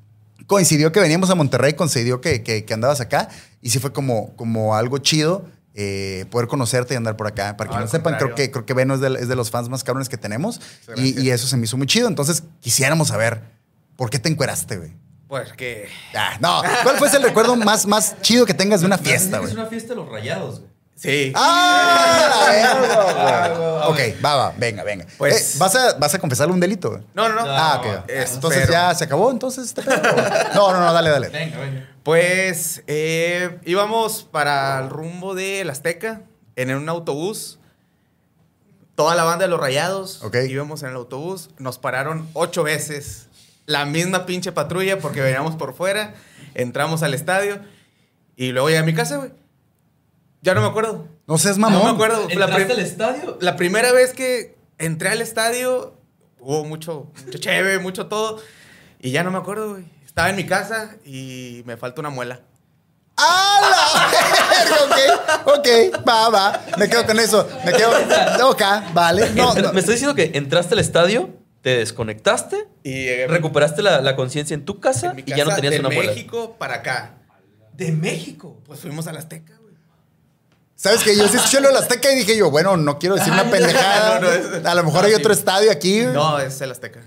Coincidió que veníamos a Monterrey, coincidió que, que- que andabas acá, y sí fue como, como algo chido. eh, poder conocerte y andar por acá. Para No, quienes no al sepan, creo contrario. que, creo que Beno es de, es de los fans más cabrones que tenemos. Muchas Y, gracias. y eso se me hizo muy chido. Entonces, quisiéramos saber, ¿por qué te encueraste, güey? Porque Ah, no. ¿Cuál fue el recuerdo más, más chido que tengas de una fiesta, güey? Es una fiesta de los rayados, güey. sí. Ah, ¡Ah! la verga, güey! ok, va, va, venga, venga. Pues- Eh, ¿vas, a, ¿Vas a confesarle un delito? güey? No, no, no. ah, ok. espero. Entonces ya se acabó, entonces este pedo, güey? No, no, no, dale, dale. Venga, venga. Pues eh, íbamos para el rumbo de la Azteca en un autobús. Toda la banda de los rayados. Ok. Íbamos en el autobús. Nos pararon ocho veces. La misma pinche patrulla porque veníamos por fuera. Entramos al estadio. Y luego llegué a mi casa, güey. Ya no me acuerdo. No seas mamón. No me acuerdo. La ¿Entraste prim- al estadio? La primera vez que entré al estadio, hubo mucho, mucho chévere, mucho todo. Y ya no me acuerdo, güey. Estaba en mi casa y me falta una muela. ¡Ah, la verga! Ok, ok, va, va. Me quedo con eso. Me quedo. Ok, vale. No, Entra- no. Me estás diciendo que entraste al estadio, te desconectaste, Y llegué a mi- recuperaste la, la conciencia en tu casa en mi y ya no casa tenías de una muela. México para acá. ¿De México? Pues fuimos a la Azteca, güey. ¿Sabes qué? Yo sí escuché lo de la Azteca y dije yo, bueno, no quiero decir una pendejada. No, no, es- A lo mejor hay no, otro sí. estadio aquí. No, es el Azteca.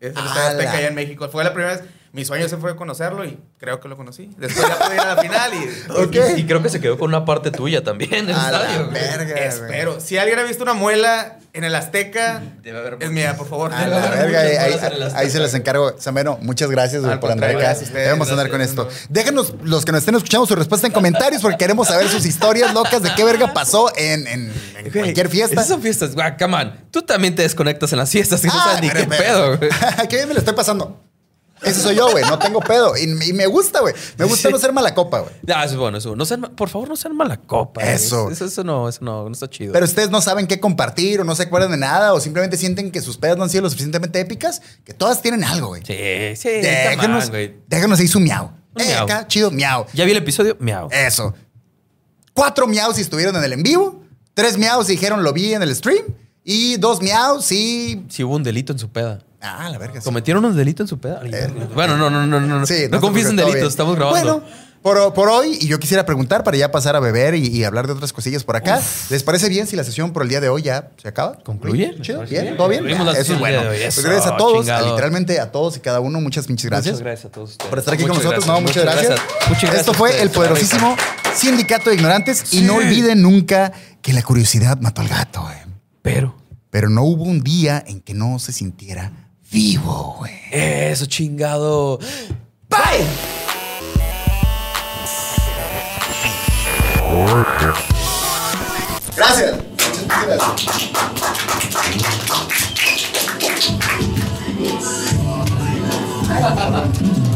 Es el Ah, Estadio Azteca la- allá en México. Fue la primera vez. Mi sueño se fue conocerlo y creo que lo conocí. Después ya pude ir a la final y. todo. Ok. Y creo que se quedó con una parte tuya también. El A la estadio, güey. verga. güey. Espero. Si alguien ha visto una muela en el Azteca, Debe haber es muchas. mía, por favor. A Debe la haber verga, muchas ahí, ahí- bolas en el ahí se Azteca. las encargo. Sameno, muchas gracias güey, Al por andar contrario, acá. gracias a ustedes, Debemos andar con gracias, esto. Déjenos los que nos estén escuchando su respuesta en comentarios porque queremos saber sus historias locas de qué verga pasó en, en- en Güey, cualquier fiesta. Esas son fiestas, güey, come on. Tú también te desconectas en las fiestas, que no Ah, sabes ni qué espera, espera. pedo, güey. qué bien me lo estoy pasando. Ese soy yo, güey. No tengo pedo. Y, y me gusta, güey. Me gusta no ser mala copa, güey. Ah, es bueno, es bueno. No sean ma- por favor, no sean mala copa. güey. Eso. Eso, eso no, eso no, no está chido. Pero ustedes no saben qué compartir o no se acuerdan de nada o simplemente sienten que sus pedas no han sido lo suficientemente épicas, que todas tienen algo, güey. sí, sí, come on, déjanos, güey. déjanos ahí su miau. Un Eh, miau. acá, chido, miau. Ya vi el episodio, miau. Eso. Cuatro miaus si estuvieron en el en vivo. Tres miaus si dijeron lo vi en el stream. Y dos miaus si. Si hubo un delito en su peda. Ah, la verga. sí. ¿Cometieron un delito en su peda? Bueno, no, no, no, no. No, Eh. Sí, no, se confíes preocupes, todo en delitos, bien. estamos grabando. Bueno, por, por hoy, y yo quisiera preguntar para ya pasar a beber y, y hablar de otras cosillas por acá. ¿Les parece bien si la sesión por el día de hoy ya se acaba? ¿Concluye? Chido, Me parece bien, bien. todo bien. Concluimos la Eso es sesión del día bueno. de hoy. Pues Eso, gracias a todos, chingado. a literalmente a todos y cada uno. Muchas, muchas gracias. Muchas gracias a todos ustedes. por estar aquí con Este, Muchas nosotros. no, muchas gracias. Muchas gracias Esto a fue ustedes. el poderosísimo Sindicato de Ignorantes. Y no olviden nunca que la curiosidad mató al gato, güey. Pero, Pero no hubo un día en que no se sintiera vivo, güey. eso chingado. Bye. Gracias.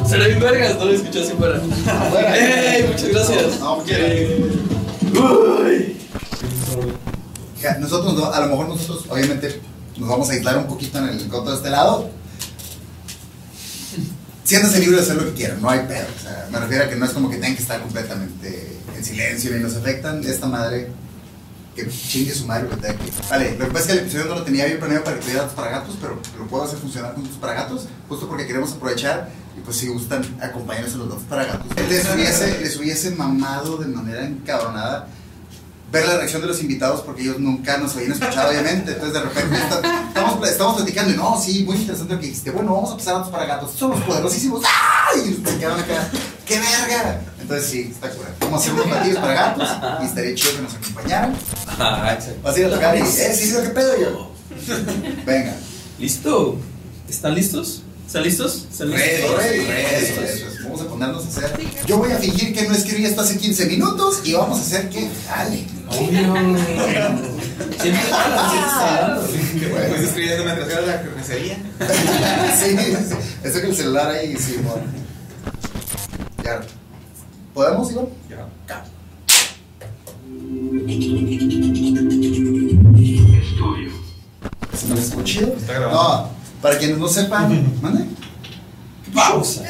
Se lo vergas, no lo escuché así fuera. muchas gracias. Ja, Nosotros, no- a lo mejor nosotros, obviamente, nos vamos a aislar un poquito en el coto de este lado. Siéntanse libres de hacer lo que quieran, no hay pedo. O sea, me refiero a que no es como que tengan que estar completamente en silencio y nos afectan. Esta madre, que chingue su madre lo que tenga que Vale, lo que pasa es que el episodio no lo tenía bien planeado para que tuviera datos para gatos, pero lo puedo hacer funcionar con tus para gatos, justo porque queremos aprovechar. Y pues si gustan, acompañarnos en los datos para gatos. Les hubiese, les hubiese mamado de manera encabronada ver la reacción de los invitados porque ellos nunca nos habían escuchado, obviamente. Entonces, de repente está- estamos, estamos platicando y no, sí, muy interesante lo que dijiste. Bueno, vamos a empezar datos para gatos. Son los poderosísimos. ¡Ah! Y se quedaron acá. ¡Qué verga! Entonces, sí, está curado. cómo hacer unos platillos para gatos y estaría chido que nos acompañaran. Vas a ir a tocar y, eh, sí, sí, ¿qué pedo yo? Venga. ¿Listo? ¿Están listos? ¿Están listos? ¿Están listos? Ready, eso, eso, eso. Vamos a ponernos a hacer. Yo voy a fingir que no escribí esto hace 15 minutos y vamos a hacer que. Dale. Obvio. Siempre hablan, siempre está hablando. Pues escribiendo mientras era la carnicería. sí, sí. eso que el celular ahí, sí, bueno. Ya. ¿Podemos, Iván? Ya. Estudio. ¿Se me escuchó? Está grabado. No, para quienes no sepan, mande. Pausa.